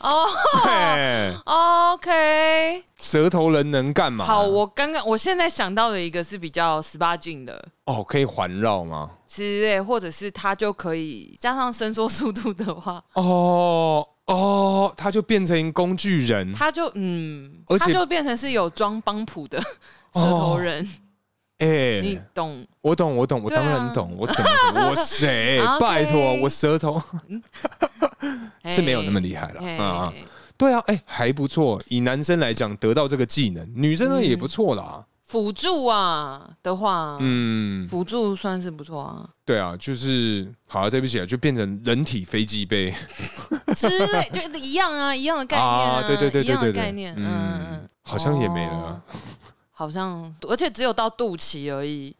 哦、嘿 o k 舌头人能干嘛？好，我刚刚我现在想到的一个是比较十八禁的哦，可以环绕吗？之类，或者是它就可以加上伸缩速度的话，哦哦，他就变成工具人。它就嗯而，且哦它就变成是有装帮谱的舌头人，哎、你懂？我懂，我懂，我对啊当然懂，我怎 么我谁？ OK 拜托，我舌头是没有那么厉害了哎啊、对啊，哎、还不错。以男生来讲，得到这个技能，女生嗯呢也不错啦。辅助啊的话，嗯，辅助算是不错啊对啊，就是好、啊，对不起啊，就变成人体飞机杯。之类，就一样啊，一样的概念啊对对对对一样的对对概念，嗯嗯，嗯哦好像也没了啊好像，而且只有到肚脐而已。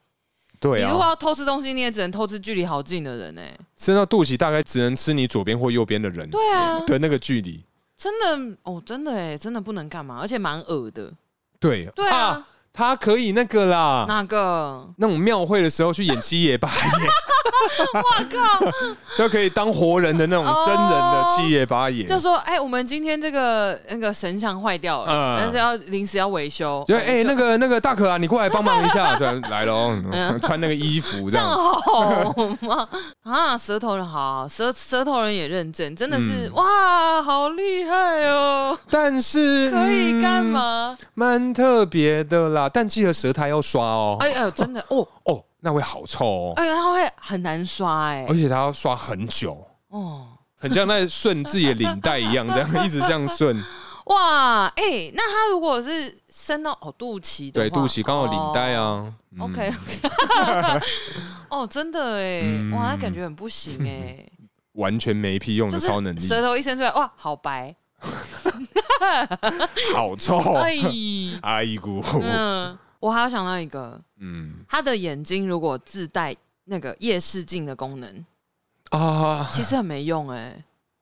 对你如果啊，要偷吃东西，你也只能偷吃距离好近的人哎、伸到肚脐大概只能吃你左边或右边的人对啊，的那个距离。真的哦，真的哎、真的不能干嘛，而且蛮恶的。对对啊，他可以那个啦，那个？那种庙会的时候去演七爷八 爷，哇靠，就可以当活人的那种真人的哦七爷八爷，就说哎、我们今天这个那个神像坏掉了，嗯但是要临时要维修。就我们哎、那个那个大可啊，你过来帮忙 一下，对，来喽，嗯穿那个衣服这这样哦样，好吗？ 啊，舌头人好，舌舌头人也认证，真的是、嗯哇，好厉害哦！但是可以干？嗯嘛？蛮、特别的啦，但记得舌苔要刷哦，哎呦，真的哦，哦，那会好臭哦，哎呦，他会很难刷哎、而且它要刷很久。哦，很像在顺自己的领 带一样，这样一直这样顺，哇，哎、那他如果是伸到哦肚脐的话，对，肚脐刚好领带哦啊。嗯 OK OK，哦， 真的哎、嗯哇，那感觉很不行哎、完全没屁用就的是超能力，舌头一伸出来，哇，好白，好臭！ 哎，阿姨姑，嗯，我还要想到一个，嗯他的眼睛如果自带那个夜视镜的功 能，啊，其实很没用哎、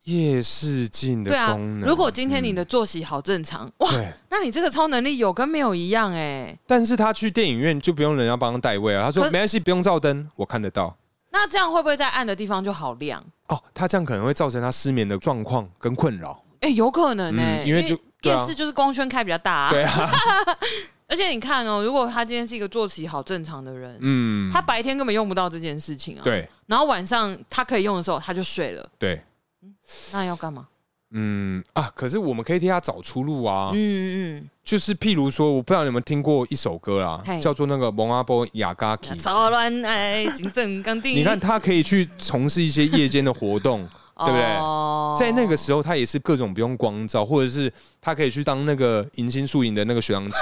夜视镜的对啊功，能。嗯如果今天你的作息好正常，哇，对，那你这个超能力有跟没有一样哎、但是他去电影院就不用人家帮他带位啊。他说可没关系，不用照灯，我看得到。那这样会不会在暗的地方就好亮？哦，他这样可能会造成他失眠的状况跟困扰。哎、有可能哎、嗯因为就对夜啊视就是光圈开比较大、啊，对啊， 而且你看哦，如果他今天是一个作息好正常的人，嗯，他白天根本用不到这件事情啊。。对然后晚上他可以用的时候，他就睡了。对，那要干嘛？嗯啊，可是我们可以替他找出路啊。 嗯嗯就是譬如说，我不知道你们听过一首歌啦嘿，叫做那个《蒙阿波雅嘎嗯，》。基早乱爱，谨慎刚定。你看，他可以去从事一些夜间的 活动。对对不对对在那个时候，他也是各种不用光照，或者是他可以去当那个迎新宿营的那个 学长姐，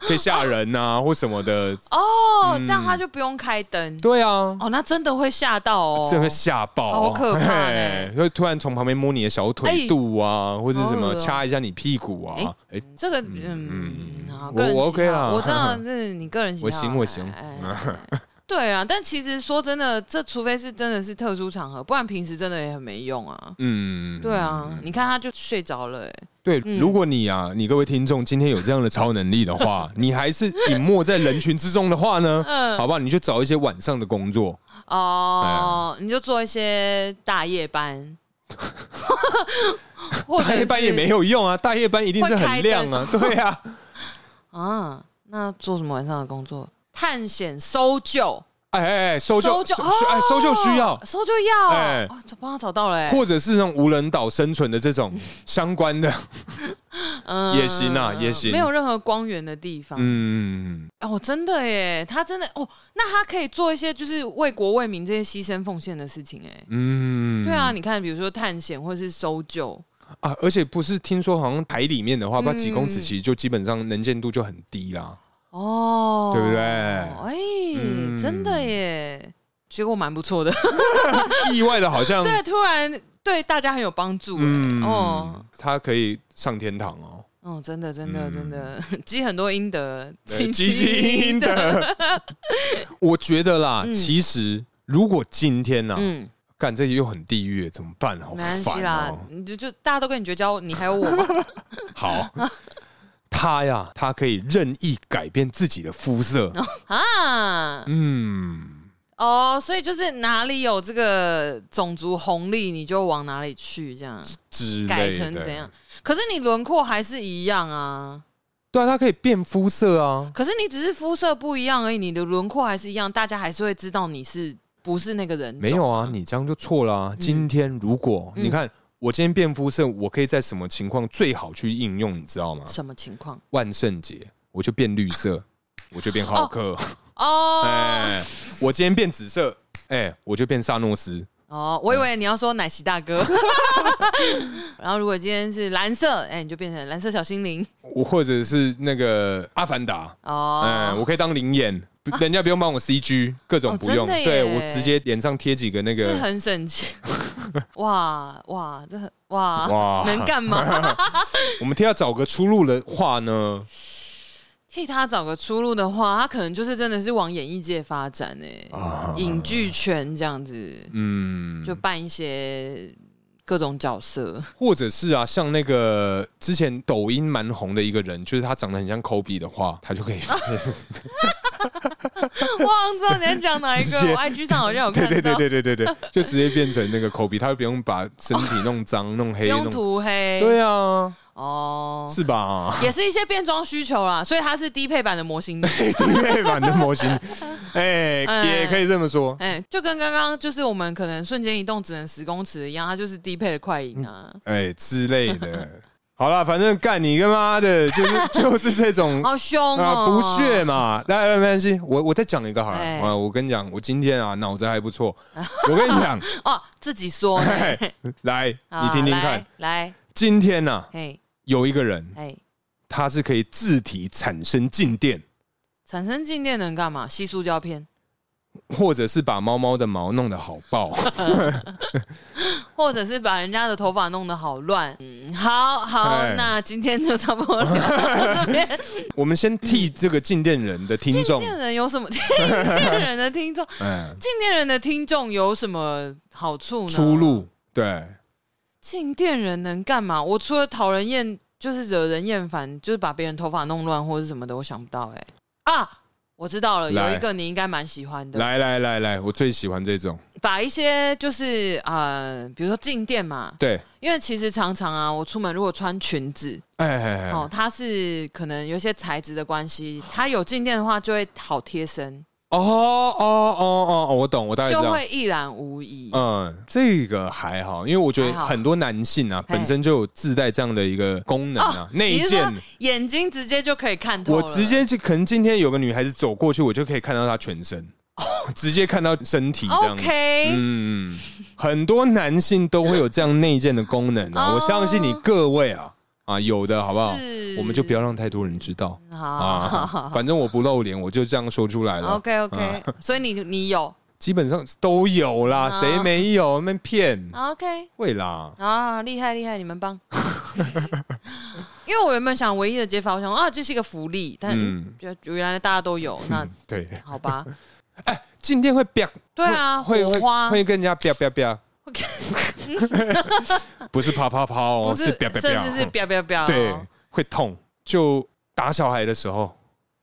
可以吓人呐、或什么的。哦，这样他就不用开灯。对啊，哦，那真的会吓到哦，真的会吓爆、好可怕嘿嘞会突然从旁边摸你的小腿肚啊，或者是好什恶么哦掐一下你屁股啊。哎、这个嗯，好我个人喜好我 OK 啦我知道这是你个人喜好，我行我行嗯哎哎哎 对啊，但其实说真的，这除非是真的是特殊场合，不然平时真的也很没用啊。嗯，对啊，你看他就睡着了、哎对，嗯如果你啊，你各位听众今天有这样的超能力 的话，你还是隐没在人群之中的话呢，嗯好不好？你就找一些晚上的工作，哦，你就做一些大夜 班，或者大夜班也没有有用啊，大夜班一定是很亮 啊，对啊，啊。那做什么晚上的工作？探险、搜救、哎哎哎，搜救搜救哦搜需哎搜救需要，搜救要，哎哦，帮他找到了、哎或者是那种无人岛生存的这种相关的，嗯也行啊也行没有任何光源的地方。嗯，哦，真的耶，他真的哦，那他可以做一些就是为国为民这些牺牲奉献的事情，哎、嗯，对啊，你看，比如说探险或是搜救，啊，而且不是听说好像海里面的话，不知道几公嗯尺，其实就基本上能见度就很低啦，哦，对不对哎、嗯真的耶，结果蛮不错的，意外的好像， 对，突然对大家很有帮助，哎、哦嗯，，它可以上天堂哦。 哦，真的，真的，嗯真的， 积很多阴德，对积积阴德，德。 我觉得啦，嗯其实如果今天呐、嗯，干这又很地狱，怎么办？好没关系烦啦哦，、你就就大家都跟你绝交，你还有我 吗？好，他呀，哦他可以任意改变自己的肤色。啊，嗯，哦，所以就是哪里有这个种族红利，你就往哪里去，这样之类的改成怎样？？可是你轮廓还是一样啊，对啊，它可以变肤色啊。可是你只是肤色不一样而已，你的轮廓还是一样，大家还是会知道你是不是那个人、没有啊，，你这样就错了啊。今天如果、嗯你看我今天变肤色，我可以在什么情况最好去应用？你知道吗？什么情况？万圣节我就变绿色，我就变浩克。哦 哎，我今天变紫色，哎，我就变萨诺斯。哦，我以为你要说奶昔大哥， 然后如果今天是蓝色，哎、你就变成蓝色小精灵我或者是那个阿凡达，哎，哦。啊我可以当灵眼，不人家不用帮我 CG，各种哦不用，真的耶对我直接脸上贴几个那是个。很省 钱，哇哇，这很哇哇啊能干嘛？我们替他找个出路的话呢，替他找个出路的话，他可能就是真的是往演艺界发展哎、啊影剧圈这样子，嗯，就扮一些各种角色。或者是啊，像那个之前抖音蛮红的一个人，就是他长得很像 Kobe 的话，他 就可以我好像知道你在讲哪一个，直接我 IG 上好像有看对到，对对对对对 对，就直接变成那个 Kobe，他就不用把身体弄脏、弄黑、用弄涂黑，对啊，哦，是吧？ 也是一些变装需求啦，所以它是低配版的模型女。订阅版的 模型，哎，哎也可以这么说。哎、就跟刚刚就是我们可能瞬间移动只能十公尺一样，它就是低配的快银啊。哎之类 的。好啦，反正干你个妈的，就是就是这种好凶哦、啊不屑嘛。来来，没关系，我我再讲一个好了哎啊。我跟你讲，我今天啊脑子还 不错。我跟你讲，哦，自己说呢，嘿来好 你听听看，，来，来今天呐嘿，有一个人哎，他是可以自体产生静电，产生静电能干嘛？吸塑胶片，或者是把猫猫的毛弄得好爆。 或者是把人家的头发弄得好乱。嗯，好好哎，那今天就差不多聊到这 边。我们先替这个静电人的听静众，电人有什么？ 静电人的听 众，嗯，静电人的听众有什么好处呢？出路对。静电人能干嘛？我除了讨人厌，就是惹人厌烦，就是把别人头发弄乱或者什么的，我想不到哎、啊，我知道了，来有一个你应该蛮喜欢的，来来来来，我最喜欢这种，把一些就是呃，比如说静电嘛，对，因为其实常常啊，我出门如果穿裙子，哎哎哎，哦，它是可能有一些材质的关系，它有静电的话就会好贴身，哦哦哦哦，我懂，我大概知就道。会一览无遗。嗯，这个还好，因为我觉得还好很多男性啊，嘿本身就有自带这样的一个功能啊，哦内你是说建。眼睛直接就可以看透我了，直接就可能今天有个女孩子走过去，我就可以看到她全身，直接看到身体这样子。哦 OK，、嗯，很多男性都会有这样内建的功能啊，哦我相信你各位啊啊有的好不好？是嗯哦我们就不要让太多人知道好。啊，反正我不露脸，我就这样说出来了。 OK OK，、所以啊你你有基本上都有啦，啊谁没有？那边骗啊 OK 会啦，啊，厉害厉害，你们 棒。因为我原本想唯一的解法，我想啊，这是一个福利，但嗯就、就原来大家都有，那对，好吧。静电会啪，对啊， 会火会花会跟人家啪啪啪会， 不是啪啪啪哦，不是啪啪甚至是啪，表表表。对，会痛。就打小孩的时候，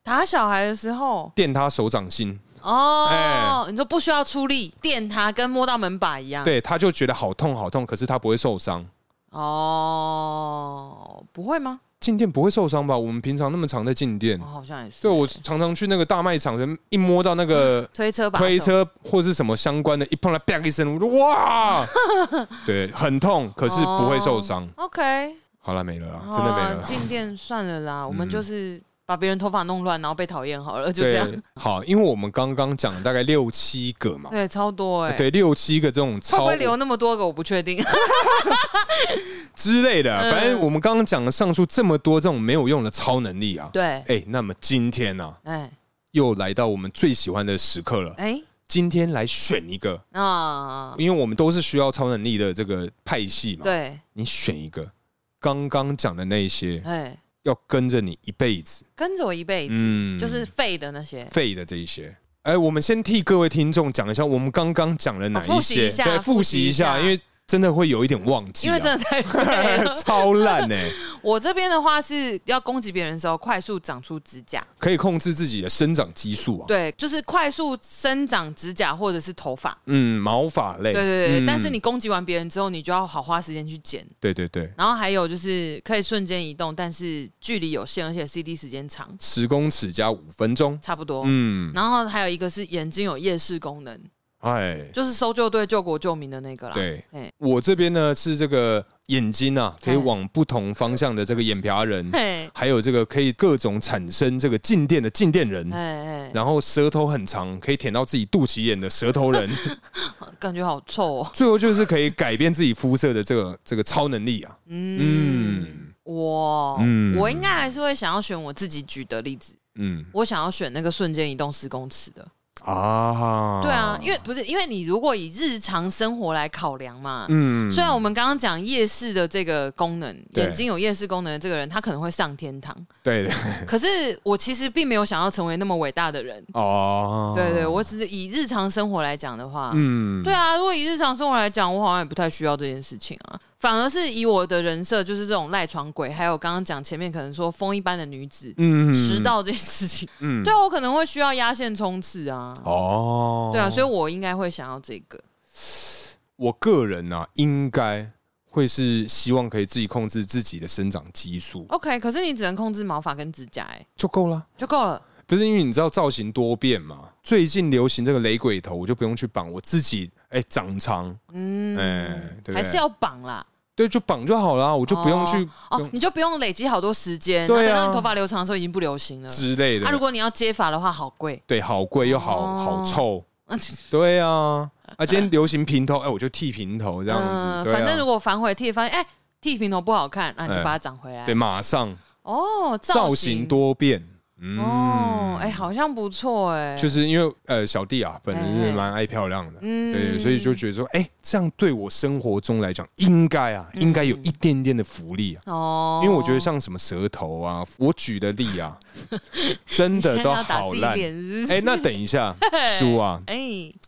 打小孩的时候电他手掌心，哦，哎你说不需要出力，电他跟摸到门把一样。对，他就觉得好痛好痛，可是他不会受伤。哦，不会吗？静电不会受伤吧？我们平常那么常在静电我、，好像也是。嗯对我常常去那个大卖场，人一摸到那个推 车把手推车或是什么相关的，一碰到啪一声，我说 哇，对，很痛，可是不会受伤。哦 OK，好了，没了啦，好嗯啊真的没啦了。静电算了 啦，我们嗯就是把别人头发弄乱，然后被讨厌好了，就这样。对，好，因为我们刚刚讲了大概六七个嘛， 对，超多哎、欸。对，六七个这种会不超会留那么多个？我不确定。之类的，啊嗯反正我们刚刚讲了上述这么多这种没有用的超能力啊。对，哎，那么今天呢、啊，哎又来到我们最喜欢的时刻了。哎今天来选一个，啊，因为我们都是需要超能力的这个派系嘛。对，你选一个，刚刚讲的那些哎，要跟着你一辈子，跟着我一辈子，嗯啊就是废的那些。废的这一些。哎，我们先替各位听众讲一下，我们刚刚讲了哪哦一复习些？一下对，复习一下，复习一下因为真的会有一点忘记、啊，因为真的太废了。 超烂欸呢、我这边的话是要攻击别人的时候，快速长出指甲，可以控制自己的生长激素啊，对，就是快速生长指甲或者是头发。嗯，毛发类，对对对，嗯但是你攻击完别人之后，你就要好花时间去剪。对对对，然后还有就是可以瞬间移动，但是距离有限，而且 CD 时间长，十公尺加五分钟，差不多。嗯，然后还有一个是眼睛有夜视功能，哎，就是搜救队救国救民的那个啦。对哎，我这边呢是这个眼睛啊，可以哎往不同方向的这个眼皮啊人，嘿，还有这个可以各种产生这个静电的静电人，哎然后舌头很长，可以舔到自己肚脐眼的舌头 人，哎，感觉好臭哦。最后就是可以改变自己肤色的这个这个超能力啊。嗯，嗯我嗯我应该还是会想要选我自己举的例子，嗯我想要选那个瞬间移动十公尺的。啊，对啊，因为不是因为你如果以日常生活来考量嘛，嗯虽然我们刚刚讲夜视的这个功能，对眼睛有夜视功能的这个人，他可能会上天 堂。对的可是我其实并没有想要成为那么伟大的人。哦，对对，我只是以日常生活来讲的话，嗯对啊，如果以日常生活来讲，我好像也不太需要这件事情啊。反而是以我的人设，就是这种赖床鬼，还有刚刚讲前面可能说风一般的女子、嗯迟到这件事情，嗯对啊，我可能会需要压线冲刺啊。哦，对啊，所以我应该会想要这个。我个人啊，应该会是希望可以自己控制自己的生长激素 OK，可是你只能控制毛发跟指甲、哎，就够了。就够了。不是因为你知道造型多变嘛？最近流行这个雷鬼头，我就不用去绑，我自己哎、长长，嗯，哎对不对还是要绑啦，对，就绑就好啦，我就不用去哦不用你就不用累积好多时间，对啊然后等到你头发留长的时候已经不流行了。之类的。啊，如果你要接发的话，好 贵。对，好贵又好、哦好臭，对啊。啊，今天流行平头，哎、我就剃平头这样子，嗯对啊。反正如果反悔剃，发现哎剃平头不好看，那你就哎把它长回来对，。马上哦，造型型。多变，嗯，哦，哎，好像不错哎。就是因为呃，小弟啊，本人是蛮爱漂亮的，嗯对，所以就觉得说，哎、这样对我生活中来讲，应该啊，应该有一点点的福利啊。嗯哦，因为我觉得像什么舌头啊，我举的 例啊，你真的现在都要打好自己烂。脸是不是哎、那等 一下，叔啊，哎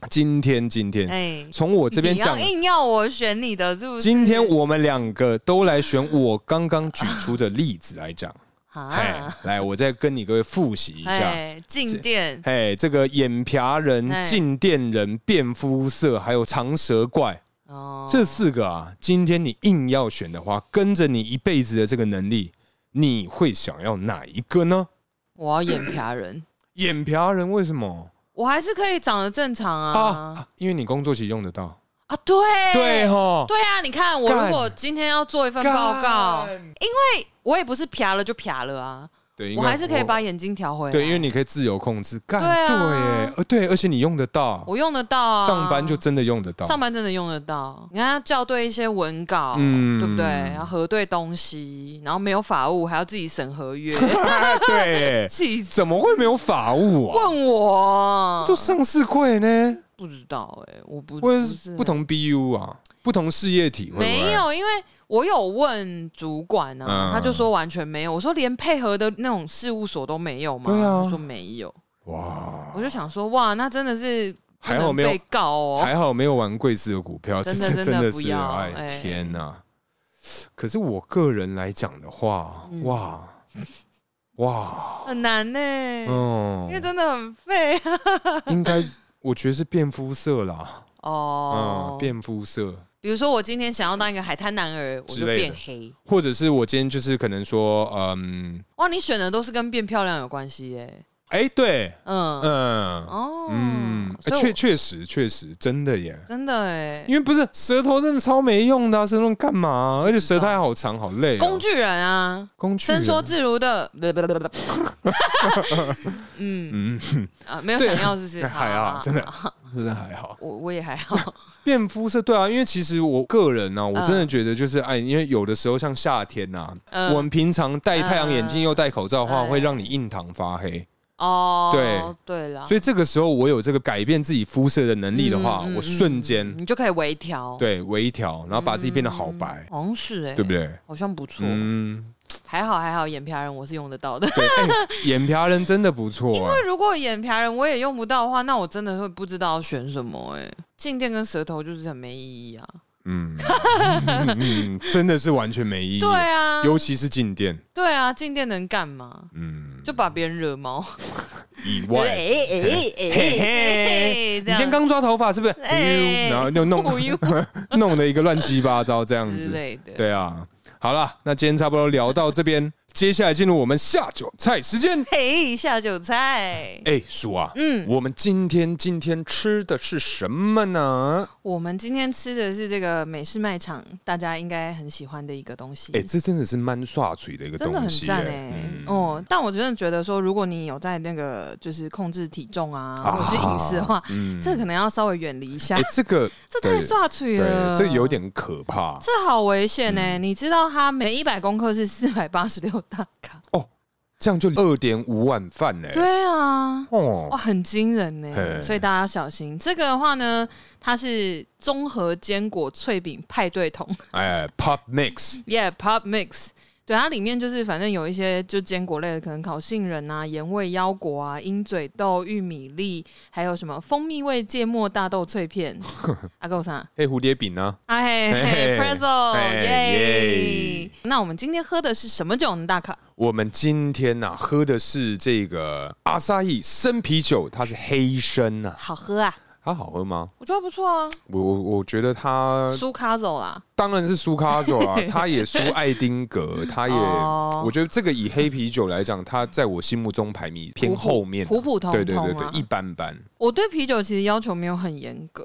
今天今天哎，从我这边你要讲，硬要我选你的，是不是？今天我们两个都来选我刚刚举出的例子来讲。哎啊，，来，我再跟你各位复习一下。哎，静电，哎，这个眼皮人、哎静电人、变肤色，还有长舌怪，哦，这四个啊，今天你硬要选的话，跟着你一辈子的这个能力，你会想要哪一个呢？我要 眼皮人，眼皮啊人为什么我还是可以长得正常啊啊啊因为你工作期用得到，啊！对对哈，对啊！你看，我干如果今天要做一份干报告，我也不是啪了就啪了啊，对，应我该还是可以把眼睛调回来。对，因为你可以自由控制，干对啊对耶，呃对，而且你用得到，我用得到啊，上班就真的用得到，上班真的用得到。你看，要校对一些文稿，嗯对不对？然后核对东西，然后没有法务，还要自己审合 约，对耶，气死！怎么会没有法务啊？问我都上市柜呢？不知道哎、我不或者不是是不同 BU 啊，不同事业体会不会没，有，因为我有问主管啊，嗯他就说完全没有。我说连配合的那种事务所都没有吗？对啊他说没有。哇，我就想说，哇，那真的是不还好能没有被告哦。还好没有玩贵司的股票，真这的是真的的不是要哎哎天哪！可是我个人来讲的话，嗯哇哇，很难呢、 因为嗯，真的很废啊 应该我觉得是变肤色啦，哦嗯，。变肤色，比如说我今天想要当一个海滩男儿，我之就类的变黑。或者是我今天就是可能说，嗯，哇，你选的都是跟变漂亮有关系耶、哎，对，嗯，嗯哦，嗯，哎所以确我确实确实真的耶，真的哎、因为不是舌头真的超没用的、啊，舌头干嘛啊、而且舌苔好长，好累、啊。工具人啊，工具人伸缩自如 的，不不不不不，嗯嗯，啊，没有对想要是不是？哎还好好，真的，真的还好。我我也还好，变肤色，对啊，因为其实我个人呢、啊，我真的觉得就是哎，因为有的时候像夏天呐、啊，嗯 我们平常戴太阳眼镜又戴口罩的话，嗯会让你印堂发黑。哦，对对了，所以这个时候我有这个改变自己肤色的能力的话，嗯嗯嗯我瞬间你就可以微调，，对微调，然后把自己变得好白，好像是哎、对不？对？好像不错，嗯，还好还好，眼皮人我是用得到的。 对，哎，眼皮人真的不错、啊，那如果眼皮人我也欸用不到的话，那我真的会不知道要选什么哎、静电跟舌头就是很没意义啊。嗯，嗯嗯真的是完全没意 义。对啊，尤其是进店，对啊，进店能干嘛？嗯，就把别人惹毛。以 哎外，哎哎嘿哎嘿，，这你今天样刚抓头发是不是？ 哎 然后就弄忽悠弄的一个乱七八糟这样之子。类的。对啊，好了，那今天差不多聊到这边，接下来进入我们下酒菜时间。嘿，下酒菜。哎，叔啊，嗯，我们今天今天吃的是什么呢？我们今天吃的是这个美式卖场，大家应该很喜欢的一个东西。哎，这真的是蛮刷嘴的一个真的很东西赞哎、哎。嗯哦！但我真的觉得说，如果你有在那个就是控制体重啊，啊或者是饮食的话，嗯这可能要稍微远离一下哎。，这个这对太刷嘴了，对，这有，点嗯可怕这好危险呢、欸你知道它每一百公克是四百八十六大卡，哦，这样就二点五碗饭呢。对啊，哇，哦，很惊人呢、嘿所以大家要小心。这个的话呢，它是综合坚果脆饼派对桶 哎，Pop Mix， ，Yeah Pop Mix。对，它里面就是反正有一些就坚果类的，可能烤杏仁啊、盐味腰果啊、鹰嘴豆、玉米粒，还有什么蜂蜜味芥末大豆脆 片。啊阿够啥？哎，蝴蝶饼呢？哎嘿嘿，Prezzo，哎耶耶！那我们今天喝的是什么酒呢？大可我们今天呐、喝的是这个阿萨伊生啤酒，它是黑参呐、好喝啊，它好喝吗？我觉得不错啊，我我我觉得它苏卡走啦。当然是输卡手 啊，它也输艾丁格，它也，哦我觉得这个以黑啤酒来讲，它在我心目中排名偏后面，普普通通啊对对对对，一般般我对啤酒其实要求没有很严格，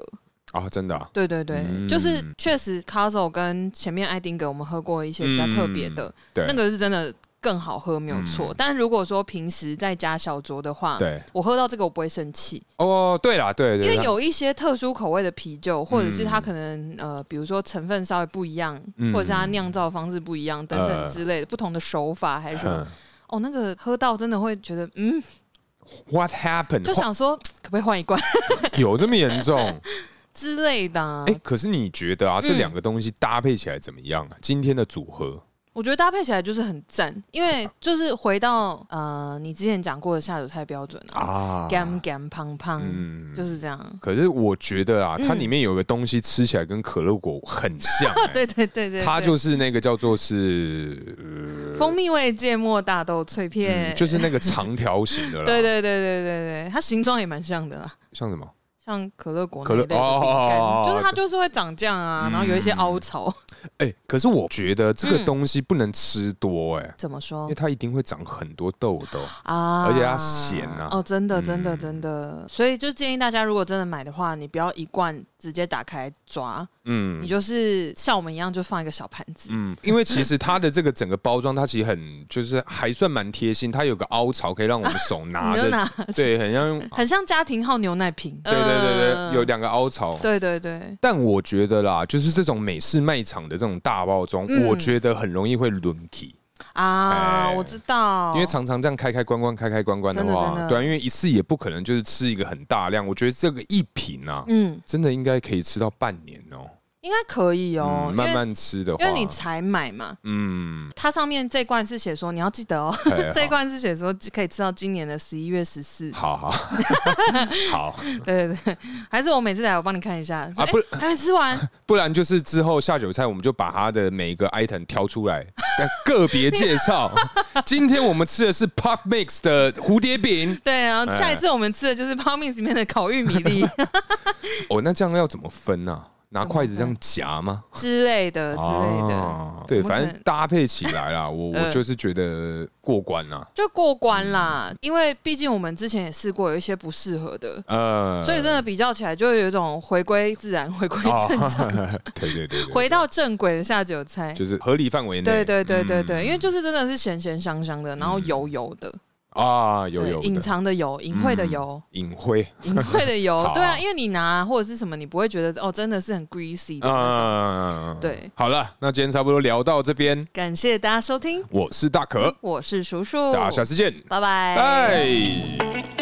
哦啊，真的、啊，对对对，嗯就是确实 c a s o 跟前面艾丁格我们喝过一些比较特别的，嗯对，嗯那个是真的更好喝，没有错。但如果说平时在家小酌的话，对，我喝到这个我不会生气，哦，对啦，对因对，为它有一些特殊口味的啤酒，或者是它可能呃，比如说成分稍微不一样，嗯或者是它酿造方式不一样等等呃之类的，不同的手法还是什 么，嗯哦，那个喝到真的会觉得嗯， ，What happened？就想说嗯可不可以换一罐 有这么严重？之类的啊、哎、可是你觉得啊，这嗯两个东西搭配起来怎么样啊？今天的组合，我觉得搭配起来就是很赞，因为就是回到呃你之前讲过的下酒菜标准啊啊，gam gam 胖胖，嗯就是这样。可是我觉得啊，嗯它里面有个东西吃起来跟可乐果很像、欸 对对对对，它对就是那个叫做是，蜂蜜味芥末大豆脆呃片，嗯就是那个长条形的 啦，对对对对对对，它形状也蛮像的啦，像什么？像可乐果可乐那一类的饼哦哦哦哦干，哦就是它就是会长这样啊，嗯然后有一些凹槽，哎、可是我觉得这个嗯东西不能吃多、欸，哎、怎么因说为它一定会长很多痘 痘。啊？而且它咸啊哦，真的嗯真的真的，所以就建议大家，如果真的买的话，你不要一罐直接打开抓，嗯你就是像我们一样，就放一个小盘子。嗯，因为其实它的这个整个包装，它其实很就是还算蛮贴心，它有个凹槽可以让我们手拿 你就着，拿，对，很像， 很像家庭号牛奶瓶。对对对对，嗯有。两个凹槽，对对对，但我觉得啦，就是这种美式卖场的这种大包装，嗯我觉得很容易会轮起，啊，哎我知道，因为常常这样开开关关开开关关的话，哦真的真的对、啊，因为一次也不可能就是吃一个很大量，我觉得这个一瓶啊，嗯，真的应该可以吃到半年哦、应该可以哦，嗯，因为慢慢吃的话，因为你才买嘛。嗯，它上面这罐是写说你要记 得哦，嘿 这一罐是写说可以吃到今年的十一月十 四。好好 好，对对对，还是我每次来我帮你看一下啊啊，不不还没吃完， 不然就是之后下酒菜，我们就把它的每一个 item 挑出来，但个别介 绍。今天我们吃的是 Pop Mix 的蝴蝶饼，对，然后哎下一次我们吃的就是泡面里面的烤玉米 粒哦，那这样要怎么分啊？拿怎么筷子这样分夹吗？之类的之类的，啊对，我们反可正能搭配起 来啦，我我嗯就是觉得过关啦。就过关啦。因为毕竟我们之前也试过有一些不适合的，呃，所以真的比较起来，就会有一种回归自然、回归正常、哦， 对对对对， 回到正轨的下酒菜。就是合理范围内。对对对对对，嗯因为就是真的是咸咸香香的，然后油油的，啊，有对有隐的藏的油、隐晦的 油、隐晦隐晦的油好，对啊，因为你拿或者是什么，你不会觉得哦，真的是很 greasy 的那种。啊，对。好了，那今天差不多聊到这边，感谢大家收听，我是大可，我是叔叔，大家下次见，嗯拜拜。拜。